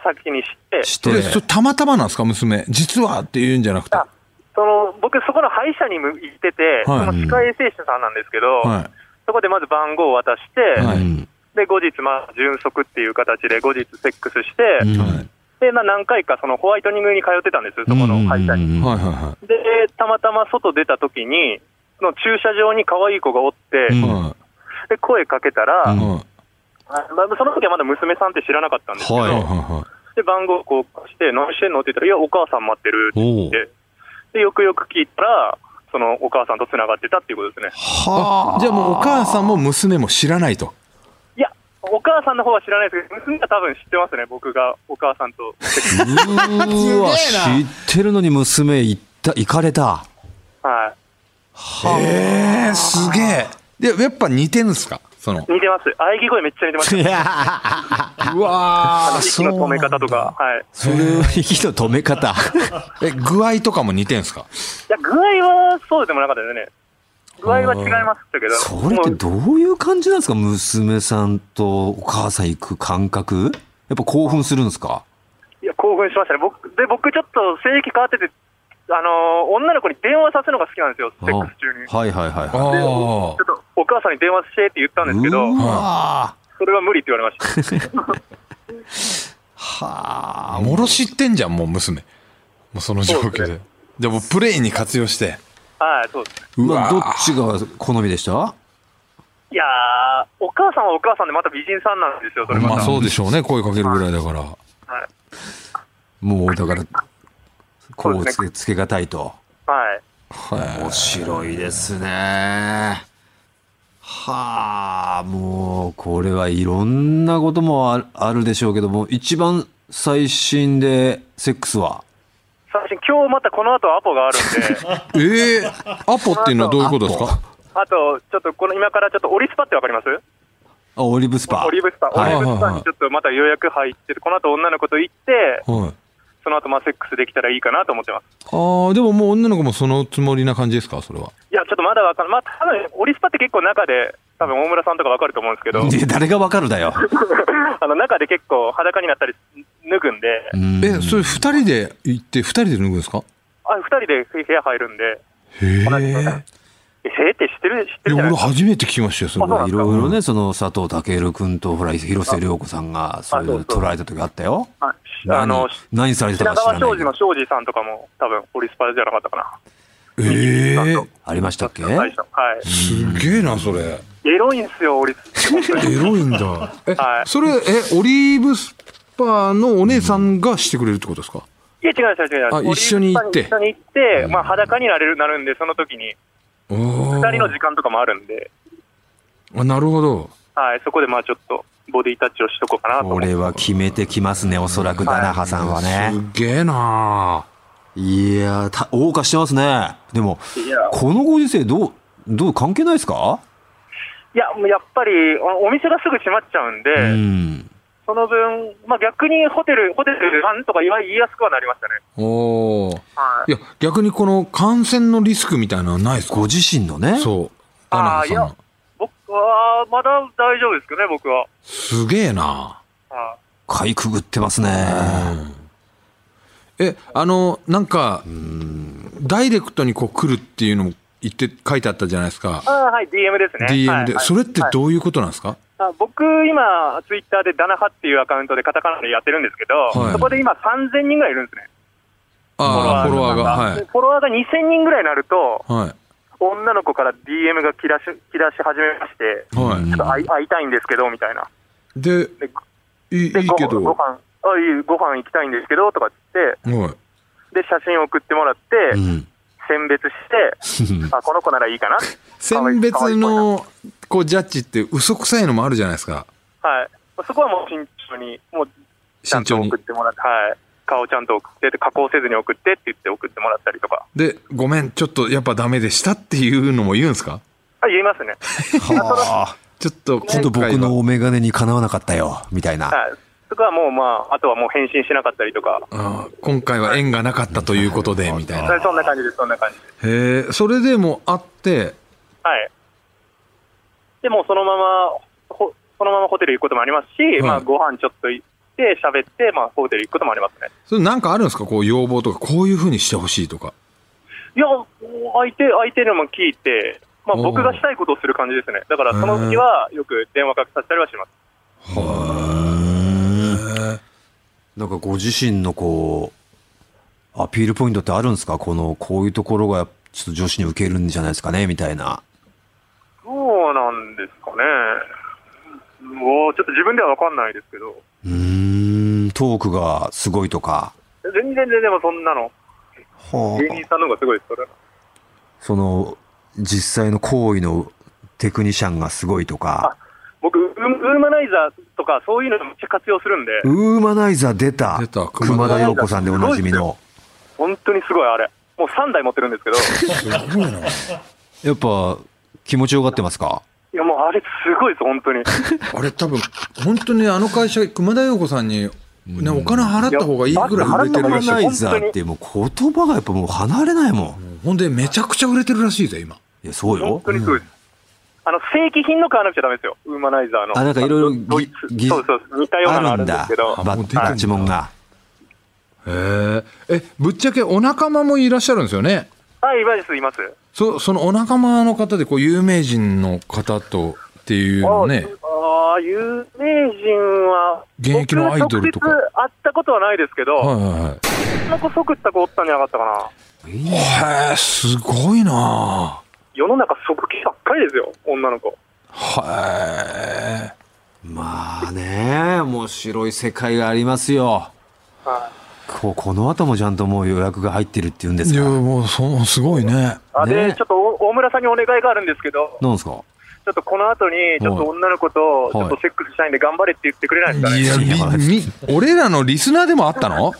先に知って、
して
でそれたまたまなんですか娘実はって言うんじゃなくて
あその僕、そこの歯医者にも行ってて、
はい
その歯科衛生士さんなんですけど、
は
そこでまず番号を渡して、
は
う
い
ん
で後日、まあ、純足っていう形で、後日、セックスして、
うん
はい
でまあ、何回かそのホワイトニングに通ってたんです、そこの歯医者に。
い
に
はいはいは
で、たまたま外出た時に、その駐車場に可愛い子がおって、
うん
いは
で声かけたら、
うん
いはい
あまあその時はまだ娘さんって知らなかったんですけど、
はい
はいは
で番号交換して、何してんのって言ったら、いや、お母さん待ってるって
お
言って、でよくよく聞いたら、そのお母さんとつながってたっていうことですね。
は
じゃあもうお母さんも娘も知らないと
いや、お母さんの方は知らないですけど、娘は多分知ってますね、僕がお母さんと。
うわ知ってるのに娘行った行かれた
は
ええすげえでやっぱ似てんすかその
い。似てます。喘ぎ声めっちゃ似 てます。
うわ
あの息の止め方とか。はい。い
それは息の止め方
え具合とかも似てんすか
や、具合はそうでもなかったですね。具合は違いましたけど。
それって
もう
どういう感じなんですか娘さんとお母さん行く感覚やっぱ興奮するんですか
いや、興奮しましたね。僕、で、僕ちょっと性域変わってて、あのー女の子に電話させるのが好きなんですよ、セックス中に。
はいはいはい
あ
は
でちょ
あ
っとお母さんに電話してって言ったん
い
ですけど、
うわ
それは無理って言われました。
は
あ
あ
もろ知ってんじゃんもう娘もうその状況
そうです
でじゃあもうプレイに活用して
はい、そうですね。
う
ま
わ
あどっちが好みでした
いやー、お母さんはお母さんでまた美人さんなんですよ、それまた。
まあそうでしょうね声かけるぐらいだから
はい
もうだからこ
そう
う
で
つ
す
けつけがたいと
はい。
面白いですね。はあ、もう、これはいろんなこともああるでしょうけども、一番最新でセックスは
最初に今日またこの後アポがあるんで、
ええアポっていうのはどういうことです
ア
か
あと、ちょっとこの今からちょっとオリスパってわかります
あオリーブスパ。
オリーブスパ。オ
は
リ
い
ーブスパにちょっとまた予約入ってて、この後女の子と行って、
はい
その後まあセックスできたらいいかなと思ってます。
ああでももう女の子もそのつもりな感じですかそれはい
や、ちょっとまだわかんない。まあ多分、オリスパって結構中で、多分大村さんとかわかると思うんですけど、
で誰がわかるだよ。
あの中で結構裸になったり脱ぐんで、
うん
えそれ二人で行って二人で脱ぐんですか
あ二人で部屋入るんで、
へ
同じ部
え
屋え、へーって知ってる知ってるじゃ
俺
ないですか。
初めて聞きましたよそれ
あそうなん
いろいろね、その佐藤健君と、ほら、広瀬涼子さんが、そういうの捉えた時あったよ。
ああ
何
の、
何されてた
品
か知
川
らな
庄
い
司
け
の
ど。
庄司さんとかも、多分オリスパじゃなかったかな。
ええ
ありましたっけ
最初。はい。
すげえなそれ
エロいんすよ、オリスパって本当に。
エロいんだえ、
はい
それえオリーブスパーのお姉さんがしてくれるってことですか、
いや、違う違う違う。
あ
オリ
一緒に行って
一緒に行って、まあ、裸になれる、なるんで、その時に、
お
二
ー
人の時間とかもあるんで、
あなるほど
はい、そこでまあ、ちょっと、ボディタッチをしとこうかなと
こ
思って。
れは決めてきますね、おそらく、ダナハさんはね。
すげえない
やー、た謳歌してますね。でも、
いや
このご時世どう、どう関係ないですか
いや、もうやっぱりおお店がすぐ閉まっちゃうんで、
うん。
その分、まあ、逆にホテル、ホテルなんとか言わ言いやすくはなりましたね。
おお。
は
い
い
や、逆にこの感染のリスクみたいなのはないですか
ご自身のね。
そう。
あ
ア
ー
ナさん
い
の
や。僕は、まだ大丈夫ですけどね、僕は。
すげえな。
は
かいくぐってますね。
え、あの、なんか、ダイレクトにこう来るっていうのも言って、書いてあったじゃないですか
い、。あーはい、DM ですね。は
DM
い
で。
はい
それって
はい
どういうことなんですか
あ僕、今、ツイッターでダナハっていうアカウントでカタカナでやってるんですけど、
はい
そこで今3000人ぐらいいるんですね。
ああ、フ
フ
ォロ
ォロ
ワ
ワ
ーが。は
で
い。
フォロワーが2000人ぐらいになると、
はい。
女の子から DM が来だし、来だし始めまして、
はい
ちょっと会い会いたいんですけど、みたいな。
で、いいいい
で、ご
けど、
ご
は
飯、あ、いい、ご飯行きたいんですけど、とかって
い。
言って、で、写真送ってもらって、
うん。
選別 して、あ、この子ならいいかな。
選別
可愛い子にな
の、こう、ジャッジって嘘くさいのもあるじゃないですか。
はい。そこはもう慎重に、もう、ち
慎
ゃんと
重に
送っ。てもらって、はい。顔ちゃんと送って、で加工せずに送ってって言って送ってもらったりとか。
で、ごめん、ちょっとやっぱダメでしたっていうのも言うんですか
あ、言いますね。
は あ。
ちょっと
ちょっと
今回
僕
は
のお眼鏡にかなわなかったよ、みたいな。
はい。そこはもうまあ、あとはもう返信しなかったりとか。
あー今回は縁がなかったということで、みたいな。
そんな感じです、そんな感じです。
へえ、それでもあって、
はい。でもうそのまま、ほそのままホテル行くこともありますし、
い
まあご飯ちょっと行って、喋って、まあホテル行くこともありますね。
それなんかあるんですかこう要望とか、こういうふうにしてほしいとか。
いや、相手、相手のも聞いて、まあ
おー
僕がしたいことをする感じですね。だからその時はよく電話かけさせたりはします。
なんかご自身のこう、アピールポイントってあるんですかこの、こういうところがちょっと女子に受けるんじゃないですかねみたいな。
どうなんですかね。もうちょっと自分では分かんないですけど、
うーん、トークがすごいとか。
全然全然もうそんなの、
は
芸人さんの方がすごいです、それは。
その、実際の行為のテクニシャンがすごいとか。
僕、ウウーマナイザーとか、そういうのめっちゃ活用するんで、
ウーマナイザー出た。
出た
熊田陽子さんでおなじみの。
本当にすごい、あれ。もう3台持ってるんですけど、い
すごいな。
やっぱ、気持ちよがってますか
や、もうあれすごいです、本当に。
あれ多分、本当にあの会社、熊田曜子さんに、ね、お金払った方がいいぐらい売れて
ウー
る
マ
らしい
ナ。イザーってもう言葉がやっぱもう離れないもん。
ほんで、めちゃくちゃ売れてるらしいぜ、今。
いや、そう
本
よ。
当にすごいです。あの、正規品の買わなくちゃダメですよ。ウーマナイザーの。
あなんかいろいろぎ
ドイツ
ぎ
そうそうそう、似たようなの
あ
あ
るん
るんです
だ。
けど。
バ
もう出てんだ
ッチモンが。
へえ。え、ぶっちゃけお仲間もいらっしゃるんですよね。
はい、います、います。
そそのお仲間の方で、こう、有名人の方とっていうのをね。
ああ、有名人は、
現役のアイドルとか
僕直接会ったことはないですけど、
は
はい
はいはい。
んな子即った子おったんじゃなかったかな。
へえ、すごいな
世の中即帰ばっかりですよ、女の子。
へえ。
まあね、面白い世界がありますよ。
はい。
ここの後もちゃんともう予約が入ってるって言うんです
いや、
か
もう、そう、すごいね。
あで、
ね
ちょっとお大村さんにお願いがあるんですけど、
なんですか
ちょっとこの後に、ちょっと女の子と、ちょっとセックスしたいんで頑張れって言ってくれないですかね。
いや、み、み、俺らのリスナーでもあったの
はい、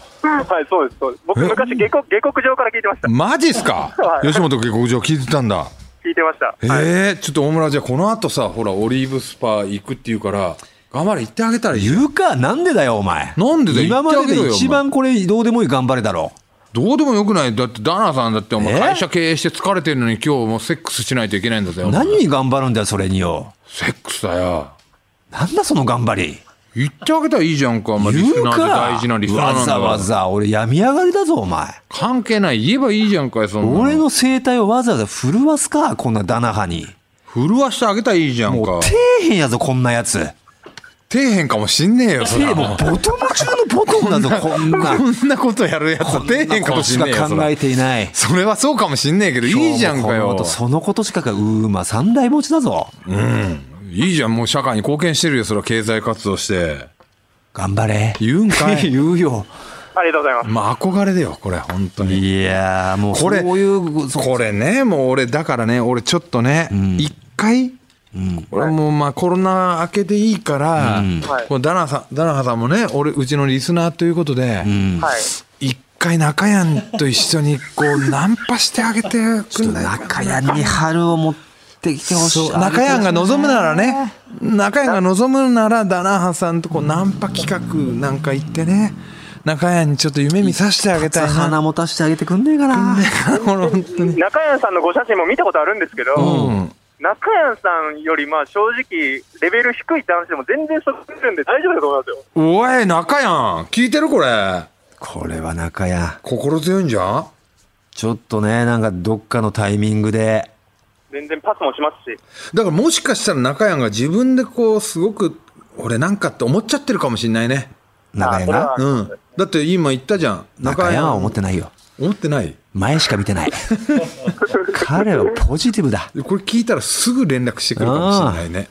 そうです、そうです。僕、
え
昔下克、下克上から聞いてました。
マジっすか
はい
吉本下克上聞いてたんだ。
聞いてました。
ええ
はい、
ちょっと大村じゃあこの後さ、ほら、オリーブスパ行くっていうから、頑張れ行ってあげたらいいよ。
言うか、なんでだよ、お前。
なんでだよ
今まで
言ってあげろ
で
よ
一番これ、どうでもいい頑張れだろ
どうでもよくないだって、ダナさんだって、お
え
前会社経営して疲れてるのに今日もうセックスしないといけないんだぜ。お
う。
前
何に頑張るんだよ、それによ。
セックスだよ。
なんだ、その頑張り。
言ってあげたらいいじゃんか。お前リ
言
ス
う
ナーで
か。
大事なリスナーなん
わ
だか
ざ
ら
わざ、俺、病み上がりだぞ、お前。
関係ない。言えばいいじゃんかよ、そんなの
俺の声帯をわざわざ震わすか、こんなダナハに。
震わしてあげたらいいじゃん
も
か
う、。底辺やぞ、こんなやつ。
底辺かもしんねえよ、それ
底もう、ボトム中のボトム だぞ、こんな。
こんなことやるやつは底辺かもしんねえ
こ
よ、
とし
そ
か考
れ
えていない。
それはそうかもしんねえけど、いいじゃん
今日も
か
この
よ
後。そのことしかか、うーま、三台持ちだぞ。
いいじゃん、もう社会に貢献してるよ、それは経済活動して。
頑張れ。
言うんか い。
言うよ。
ありがとうございます。
まあ、憧れだよ、これ、本当に。
いやー、もう、
これ
そういう、そう
これね、もう俺、だからね、俺ちょっとね、一回、俺もうまあコロナ明けでいいから、
はい
このダナさん、ダナハさんもね、俺、うちのリスナーということで、
はい。
一回中やんと一緒にこうナンパしてあげて
ち
く
ょっ
ん
と
ない
中屋に春を持っってきてほしい。
そう中山が望むならね中山が望むならダナハさんとこうナンパ企画なんか行ってね中山にちょっと夢見させてあげたいな
花持たしてあげてくんねえかな。
この本当に
中谷さんのご写真も見たことあるんですけど、
うん
中谷さんよりまあ正直、レベル低い男子でも全然そこるんで大丈夫だと思います
お
よ。
い中山聞いてるこれ
これは中や。
心強いんじゃん
ちょっとね、なんかどっかのタイミングで。
全然パスもしますし。
だからもしかしたら中山が自分でこうすごく俺なんかって思っちゃってるかもしんないね
中山
あ
が
そ
うんだって今言ったじゃん
中山は思ってないよ。
思ってない
前しか見て ない。彼はポジティブだ。
これ聞いたらすぐ連絡してくるかもしれないね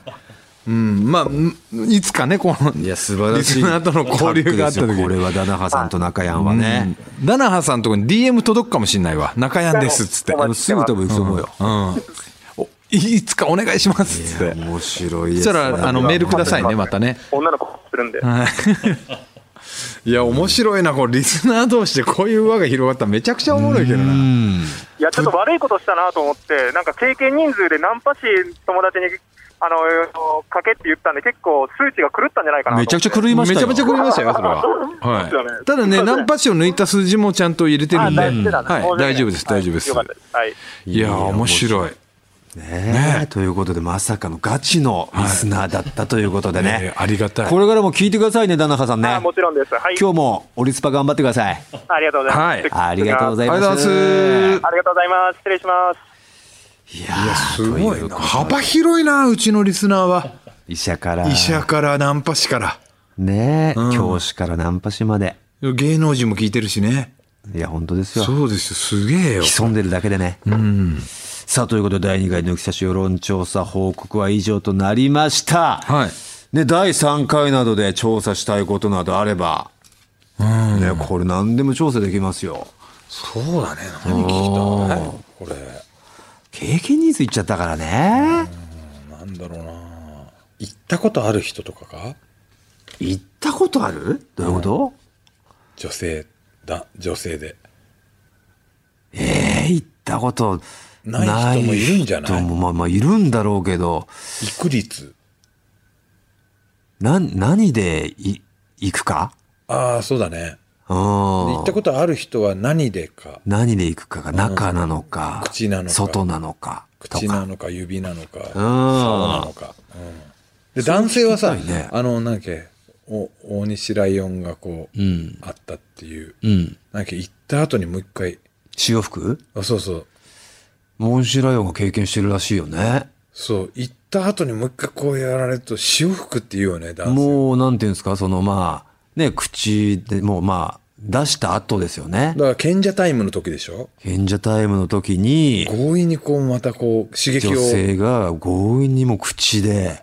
うんまあんいつかねこの
いや、素晴らしい。
リスナーとの交流があった時
これはダナハさんと中山はね。
ダナハさんとこに DM 届くかもしんないわ中山ですっつって
お
あ
待
の
ちして
す
ま
ぐ
す
多分行くと思うよ。
うんおいつかお願いしますっつって
面白いで
そ
す
した
ね。
らあのメールくださいねまたね
女の子するんで。
い や面白いなこれリスナー同士でこういう輪が広がったらめちゃくちゃおもろいけどな
はいや、ちょっと悪いことしたなと思って、なんか経験人数でナンパし友達に、あの、かけって言ったんで、結構数値が狂ったんじゃないかなと思
め
って
ちゃくちゃ狂いまし
め
た
ちゃ
よ。
めちゃ狂いましたよそれは、
そうですよ
は
ね
い、ただねナンパ師を抜いた数字もちゃんと入れてる
あ
ん
大丈
で、
夫だな
はい、大丈夫です大丈夫です、
よかったです。はい。
いやー面白い
ねえということでまさかのガチのリスナーだったということで
え
ね
ー。ありがたい
これからも聞いてくださいね、ダナハさんね。
あもちろんです。はい。
今日もオリスパ頑張ってください。
ありがとうございます。
はい
ありがとうござい
あ
ま
り
す。
がとうございま
ありがとうございます。失礼します。
いやー
すすご
と
いうな
ことで
幅広いなうちのリスナーは
医者から、
医者からナンパ師から
ねえ、教師からナンパ師まで。
芸能人も聞いてるしね
いや、本当ですよ。
そうですよすげえよ
潜んでるだけでね。さあ、ということで、第2回抜き差し世論調査報告は以上となりました。
はい
ね、第3回などで調査したいことなどあれば、ね、これ何でも調査できますよ。
そうだね何聞いたのこれ
経験人数いっちゃったからね。
なんだろうな行ったことある人とかか
行ったことあるどういうこと、
女性だ女性で
ええ行ったこと
ない人もいるんじゃない
人もまあまあいるんだろうけど、
行く率
な、何でい行くか
ああそうだね
うん。
行ったことある人は何でか
何で行くかが中なのか、
口なのか
外なのかと
口
か。
なのか指なのか竿なのか、うん、で
それ
男性はさ、
聞きたいね
あのなんだっけお大西ライオンがこう、
うん。
あったっていう
うん。
なんか行った後にもう一回
潮吹く
あそうそう
モンシライオンが経験してるらしいよね。
そう行った後にもう一回こうやられると潮吹くっていうよね男性
もう、なんていうんですか、そのまあ、ね、口でもうまあ、出した後ですよね
だ。から賢者タイムの時でしょ
賢者タイムの時に、
強引にこうまたこう刺激を
女性が強引にもう口で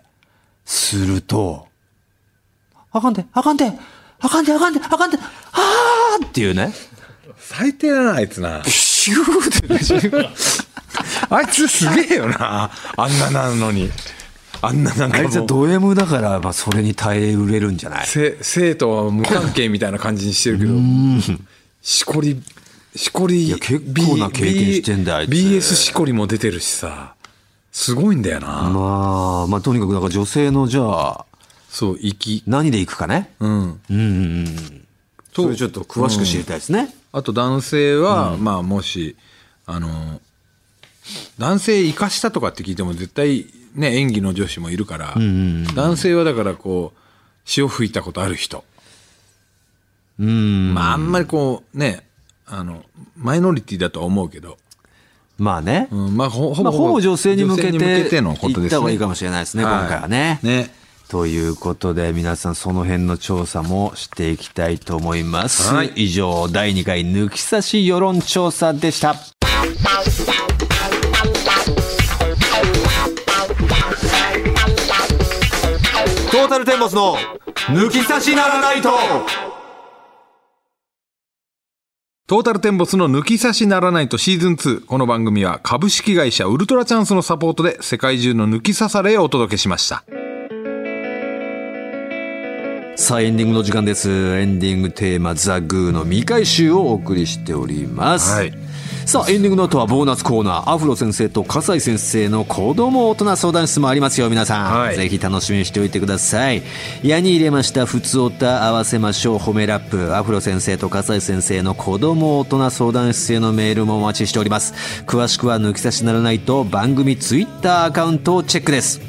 すると、あかんで、あかんで、あかんで、あかんで、あかんで、あーっていうね。
最低だなあいつな
ピシューって、
あいつすげえよなあんななのにあんななん
あ
か
いつは
もう
ド M だから、まあそれに耐えうれるんじゃない
せ生徒は無関係みたいな感じにしてるけどしこりしこり
いや結構な経験してんだあいつ
BS しこりも出てるしさすごいんだよな、
まあ、まあとにかくだから女性のじゃあ、
そう行き
何で行くかね。
うん
うんうんうん。それちょっと詳しく知りたいですね。
あと男性は、まあもし、あの、男性生かしたとかって聞いても絶対ね、演技の女子もいるから、男性はだからこう、潮吹いたことある人。
うん。
まああんまりこうね、あの、マイノリティだとは思うけど、
まあね。
うん、まあほほ
まあ、ほぼ女性に向けて
女性に向けてのこと
行
で
っ
す
た方が
ね。
いいかもしれないですね、
はい
今回はね。
ね。
ということで、皆さんその辺の調査もしていきたいと思います。
はい
以上、第2回抜き差し世論調査でした。トータルテンボスの抜き差しならないと
トータルテンボスの抜き差しならないとシーズン2。この番組は株式会社ウルトラチャンスのサポートで世界中の抜き差されをお届けしました。
さあ、エンディングの時間です。エンディングテーマ、ザ・グーの未回収をお送りしております。
はい
さあエンディングの後はボーナスコーナーアフロ先生と笠井先生の子供大人相談室もありますよ皆さん、
はい
ぜひ楽しみにしておいてください矢に入れました「ふつおた合わせましょう褒めラップ」アフロ先生と笠井先生の子供大人相談室へのメールもお待ちしております詳しくは抜き差しならないと番組ツイッターアカウントをチェックです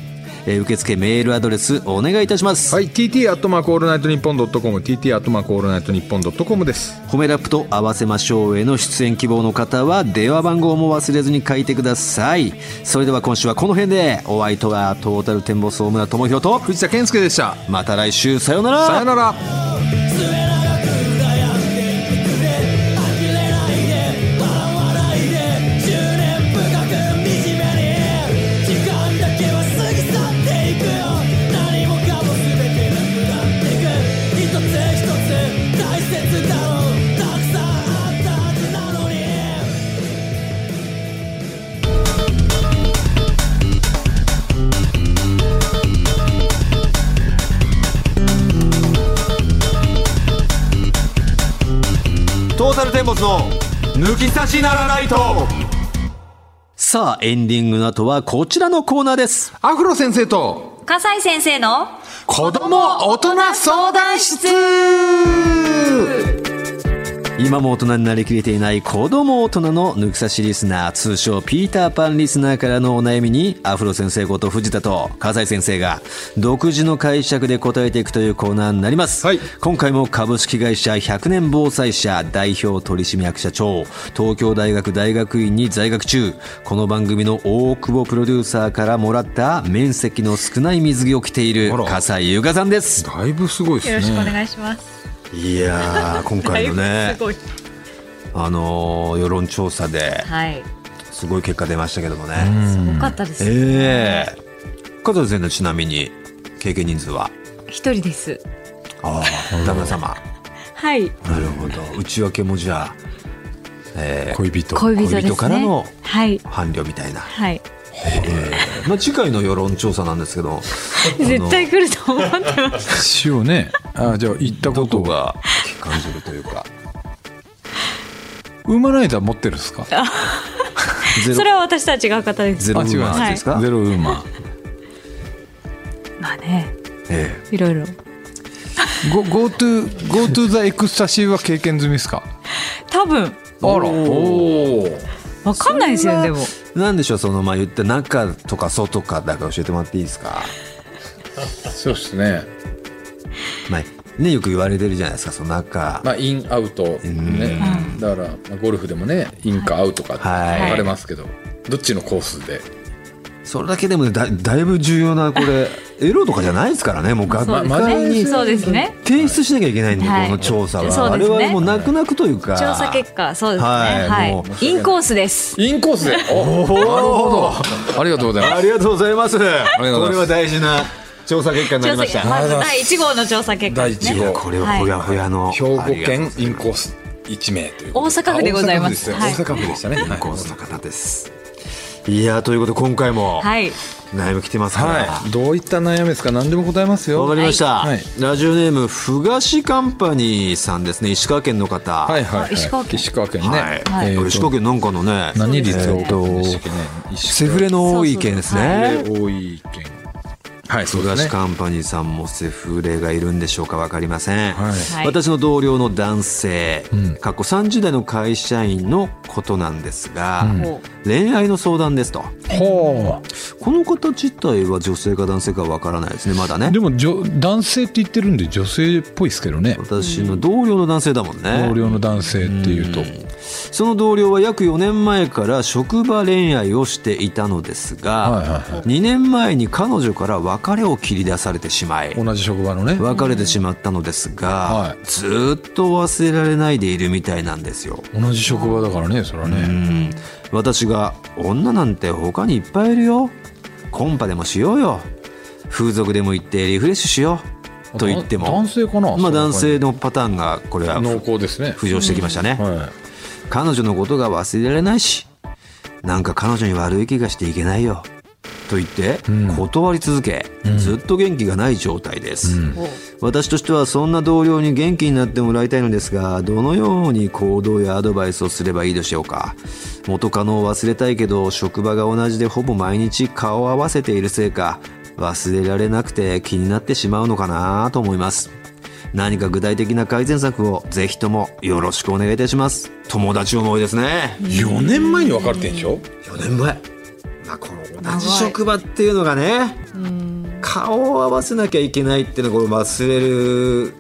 えー受付メールアドレスお願いいたします、
はい TT アットマークオールナイトニッポンドットコム TT アットマークオールナイトニッポンドットコムです
褒めラップと合わせましょうへの出演希望の方は電話番号も忘れずに書いてくださいそれでは今週はこの辺でお相手はトータルテンボス大村智広と
藤田健介でした
また来週さような
さよなら
トータルテンボスの抜き差しならないとさあエンディングの後はこちらのコーナーです
アフロ先生と
笠井先生の
子供大人相談室
今も大人になりきれていない子供大人の抜き差しリスナー通称ピーターパンリスナーからのお悩みにアフロ先生こと藤田と笠井先生が独自の解釈で答えていくというコーナーになります、
はい
今回も株式会社100年防災社代表取締役社長東京大学大学院に在学中この番組の大久保プロデューサーからもらった面積の少ない水着を着ている
あら
笠井優香さんです
だいぶすごいですね
よろしくお願いします。
いやー今回の
だ
ね
いぶすごい。
あのー世論調査で
はい。
すごい結果出ましたけどもね。
すごかったです。
ええ加藤先生のちなみに経験人数は
一人です。
ああ、旦那様。
はい。
なるほど。内訳もじゃあ、えー
恋人
恋人ですね。
恋人からの
はい。
伴侶みたいな。
はい。
まあ次回の世論調査なんですけど、
絶対来ると思ってます。
しようねあじゃあ行ったこ
ど
と
こ
が
が感じるというか。
ウーマナイザー持ってるんですか
ゼ
そ
ロ
れは私とは違う方です。
ゼロ
あ
ウ
違
ー
う
マーですか。
ゼロウーマ
まあね、
ええ
いろいろ。
ー Go- GoTo GoTo ザエクスタシーは経験済みですか
多分
あらおお
わかんないですよねでも。
なんでしょうそのまあ言った中とか外かだけ教えてもらっていいですか。
そうですね
まあねよく言われてるじゃないですかその中。
まあ、インアウト、ねだから、まあ、ゴルフでもねインかアウトかって
はい
分かれますけど、どっちのコースで、
それだけでもねだだいぶ重要なこれエロとかじゃないですからねもう学
そうです
会
ね。
に
そうですね。
提出しなきゃいけないんで、
はい
この調査は、
そう
あ
で
れ
すね
はもう泣く泣くというか
調査結果そうですね。
はい
は
も
い。インコースです。
インコースでお
おお
ありがとうございます
ありがとうございます
りがとうございます
これは大事な調査結果になり
調
まし
査
た
まず第一号の調査結果です
第一
い
号
ね。
やこれはほやほやの、
兵庫
ありが
県インコース1名ということ
大阪府でございます
あ大阪府でしたね、
とう
大
インコ
阪
ー
府で
ス
したね
の方ですいやーということで今回も
はい。
悩み来てますから、
はいどういった悩みですか何でも答えますよ
わかりました、
はい
ラジオネームふがしカンパニーさんですね石川県の方
はいはい、はい、
石川県
石川県ね、
はい
はい
えーと
石川県なんかのね
何率を
えーと
でしたっけね石
セフレの多い県ですね
川多い県はいそう
富
で
樫
すね
カンパニーさんもセフレがいるんでしょうか分かりません、
はい
はい
私の同僚の男性、かっこ30代の会社員のことなんですが、
お
恋愛の相談ですと
ほ
この方自体は女性か男性かわからないですねまだね
うでもじょ男性って言ってるんで女性っぽいですけどね
私の同僚の男性だもんね
同僚の男性っていうと
その同僚は約4年前から職場恋愛をしていたのですが、
はいはいは
2年前に彼女から別れを切り出されてしまい
同じ職場のね
別れてしまったのですが、
はい
ずーっと忘れられないでいるみたいなんですよ。
同じ職場だからねそれは
う
ね
ん、私が「女なんて他にいっぱいいるよコンパでもしようよ風俗でも行ってリフレッシュしよう」と言っても
だ男性かな
まあ、男性のパターンがこれは
濃厚ですね
浮上してきましたね、
は
彼女のことが忘れられないしなんか彼女に悪い気がしていけないよと言って断り続け、ずっと元気がない状態です、私としてはそんな同僚に元気になってもらいたいのですがどのように行動やアドバイスをすればいいでしょうか元カノを忘れたいけど職場が同じでほぼ毎日顔を合わせているせいか忘れられなくて気になってしまうのかなと思います何か具体的な改善策をぜひともよろしくお願いいたします友達思いですね
4年前に別れてんでしょ
4年前、まあ、この同じ職場っていうのがね顔を合わせなきゃいけないっていうのがこれ忘れる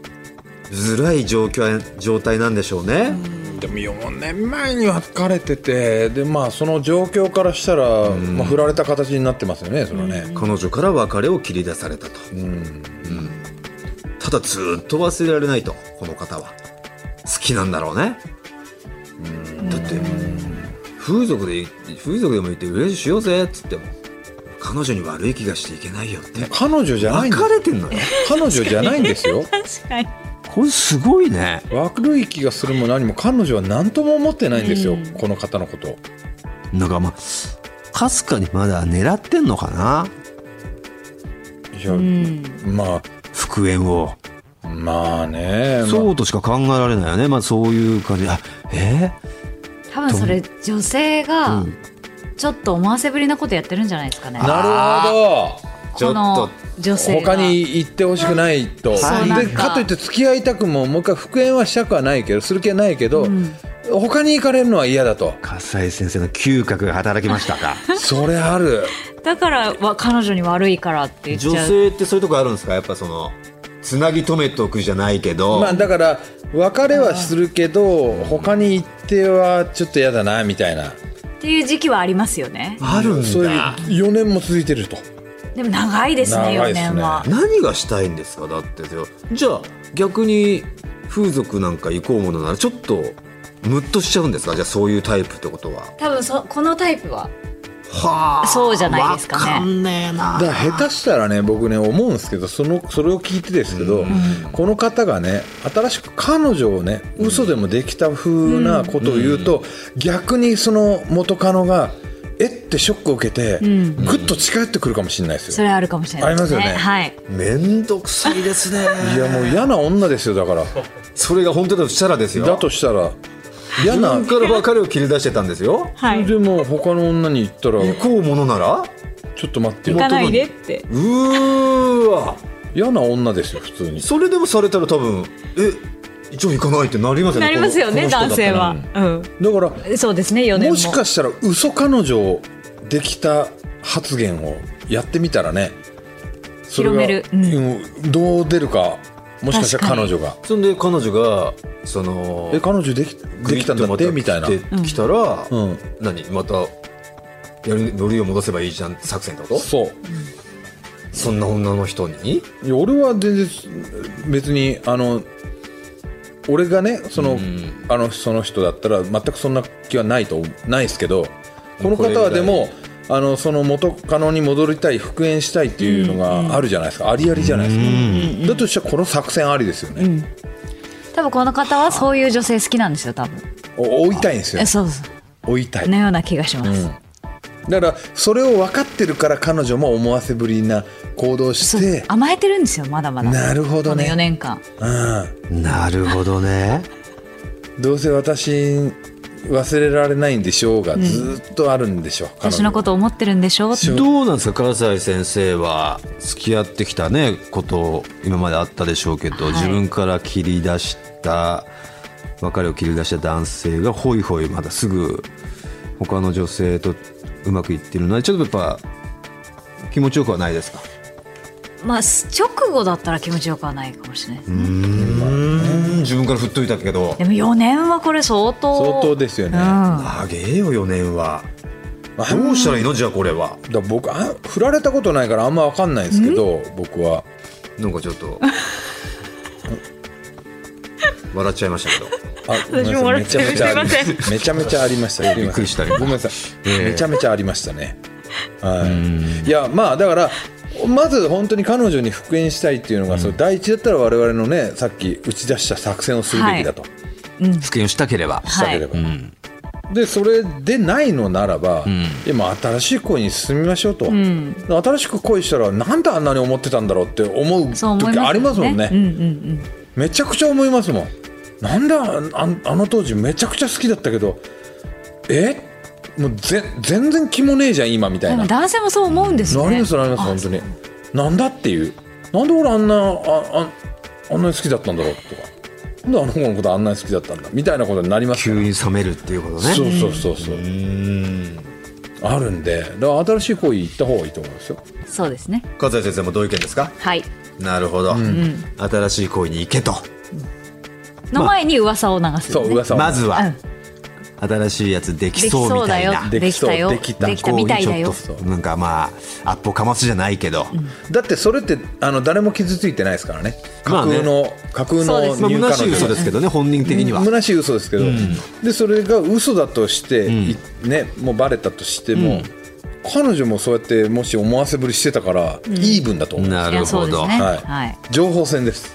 づらい状況や状態なんでしょうね
でも4年前に別れててでまあその状況からしたら、まあ、振られた形になってますよねそれはね、
彼女から別れを切り出されたと、うんただずっと忘れられないとこの方は好きなんだろうね、うん、だって風俗で風俗でも行って嬉しいよぜっつっても彼女に悪い気がしていけないよって
彼女じゃないんで
別れてんのよ
彼女じゃないんですよ
確かに。
これすごいね
悪い気がするも何も彼女は何とも思ってないんですよ、この方のこと
なんかまあかすかにまだ狙ってんのかない
や、
うん。
ま
復縁を
あまあね
そ
ま
うとしか考えられないよねまあそういう感じあえ
多分それ女性
ーう
が
ん
ちょっと思わせぶりなことやってるんじゃないですかね。
あなるほど
ちょ
こ
っと
の女性が
他に行ってほしくないと、
そうなん
で
か
かといって付き合いたくももう一回復縁はしたくはないけどする気はないけど、他に行かれるのは嫌だと
笠井先生の嗅覚が働きましたか
それある
だからわ彼女に悪いからって 言っ
女
ちゃう。
性ってそういうとこあるんですかやっぱそのつなぎ止めておくじゃないけど、
まあだから別れはするけど他に行ってはちょっと嫌だなみたいな
っていう時期はありますよね。
あるんだ
そういう4年も続いてると
でも長いですね
長い
4
ですね
年は。
何がしたいんですかだってよじゃあ逆に風俗なんか行こうものならちょっとムッとしちゃうんですかじゃあそういうタイプってことは
多分そこのタイプは
はあ
そうじゃないですかね
わかんねえな
だから下手したらね僕ね思うんですけどそのそれを聞いてですけど、この方がね新しく彼女をね嘘でもできた風なことを言うと、逆にその元カノがえってショックを受けて、ぐっと近寄ってくるかもしれないです
そ
よ、
れはあるかもしれないですね。
ありますよね
はい。
めんどくさいですね
いやもう嫌な女ですよだから
それが本当だとしたらですよ
だとしたら嫌
自
な
分から別れを切り出してたんですよ
はい。
でも他の女に言ったら
行こうものなら
ちょっと待って
行
よ
かないでって。
うーわ
嫌な女ですよ普通に
それでもされたら多分え一応行かないってなりますよね
なりますよね
このこの人だ
男
った
性
ら
は。
だから
うん。そうですね4年も。
もしかしたら嘘彼女をできた発言をやってみたらねそれが
広める
うんどう出るかもしかしたら彼女が
そんで彼女がその
「え彼女できできたんだって」みたいな
来て来たら、
うん
何またやるノリを戻せばいいじゃん作戦ってこと
そう
そんな女の人に
いや俺は全然別にあの俺がねその,、あのその人だったら全くそんな気はないとないですけどこの方はでもあのその元カノに戻りたい復縁したいっていうのがあるじゃないですか、ありありじゃないですかだとしたらこの作戦ありですよね、
多分この方はそういう女性好きなんですよ多分。
お追いたいんですよ
えそうそう。
追いたい
のような気がします。
だからそれを分かってるから彼女も思わせぶりな行動し
そう
て
甘えてるんですよまだまだ。
なるほどね
この4年間。
う
なるほどね
んどうせ私忘れられないんでしょうが、ずーっとあるんでしょう彼
私
女
のこと思ってるんでしょって
どうなんですか葛西先生は付き合ってきたねこと今まであったでしょうけど、
はい
自分から切り出した別れを切り出した男性がホイホイまだすぐ他の女性とうまくいってるのはちょっとやっぱ気持ちよくはないですか
まあ直後だったら気持ちよくはないかもしれないですね。
うん自分から振っといたけど
でも4年はこれ相当。
相当ですよね、
うん。
長えよ4年はどうしたらいいのじゃあこれは
だから僕あ振られたことないからあんま分かんないですけど僕は
なんかちょっ と笑っちゃいましたけど
あごめんな
私
さ
も
い
笑
め
っ
ち
ち
ゃ
ゃう
めちゃありめちゃめちゃありました
びっくり した
ごめんなさい、めちゃめちゃありましたねはいいやまあだからまず本当に彼女に復縁したいっていうのが、そう第一だったら我々のねさっき打ち出した作戦をするべきだと、
復縁をしたければ
したければ、
でそれでないのならば、今新しい恋に進みましょうと、
ん
新しく恋したらなんであんなに思ってたんだろうって思う
そう思い
時
ます
ありますもんね
うんうん
めちゃくちゃ思いますもんなんであああの当時めちゃくちゃ好きだったけどえもうぜ全然気もねえじゃん今み
うん。
た
で
いな
も
な
男性もそう思うんですね。
りますなります
あ
本当になんだっていうなんで俺あんなあああんなに好きだったんだろうとかなんであの子のことあんなに好きだったんだみたいなことになりますから
急に冷めるっていうことね。
そうそうそうそうあるんでだから新しい行為行った方がいいと思いますよ
そうですね。
加西先生もどういう意見ですか
はい。
なるほど、新しい恋に行けと。
の前に噂を流す、ね。
そう噂を
まず
う
は
ん、
新しいやつで
で
き
き
そう
そ
み
う
た
だ
い
よ
な。。
で
でき
きたよ。
そう
で
できた
きたみたいだよ。
ちょっとなんかまあアップをかますじゃないけど、
だってそれってあの誰も傷ついてないですからね
まあ
架
ね
空の架空
そうで
の
す
まあ
入
虚
荷
しい嘘ですけどね本人的には、
虚しい嘘ですけど、でそれが嘘だとして、いね、もうバレたとしても、彼女もそうやってもし思わせぶりしてたから、イーブンだと思う、
ない
や
る
そ
ほ
うです
ど、
ね。
はい
はい。
情報戦です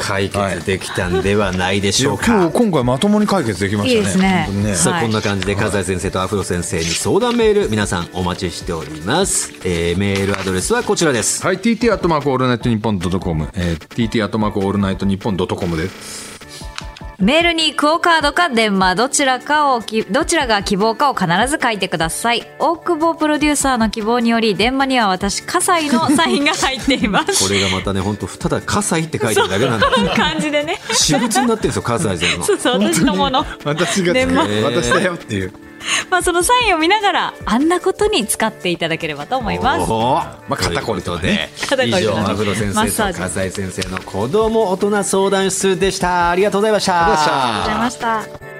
解決できたんではないでしょうか、
今日今回まともに解決できま
いいですね。
さあ
はい
こんな感じで笠井先生とアフロ先生に相談メール皆さんお待ちしております、えーメールアドレスはこちらです
はい、TT アットマークオールナイトニッポンドットコム、えー、TT アットマークオールナイトニッポンドットコムです。
メールにクオカードか電話どちらかをきどちらが希望かを必ず書いてください大久保プロデューサーの希望により電話には私葛西のサインが入っています
これがまたね本当ただ笠井って書いてるだけなん で
この感じでね
私物になってるんですよ笠井先生の
そうそう私のもの
私が
でも
えー
私だよっていう。
まあそのサインを見ながらあんなことに使っていただければと思います
おー
まあ肩こりとかね
と
肩
いう
こ
ことで以
り
上
とかね
アフロ先
マッサー
生
ジ
と笠井先生の子供大人相談室でしたありがとうございました
ありがとうございました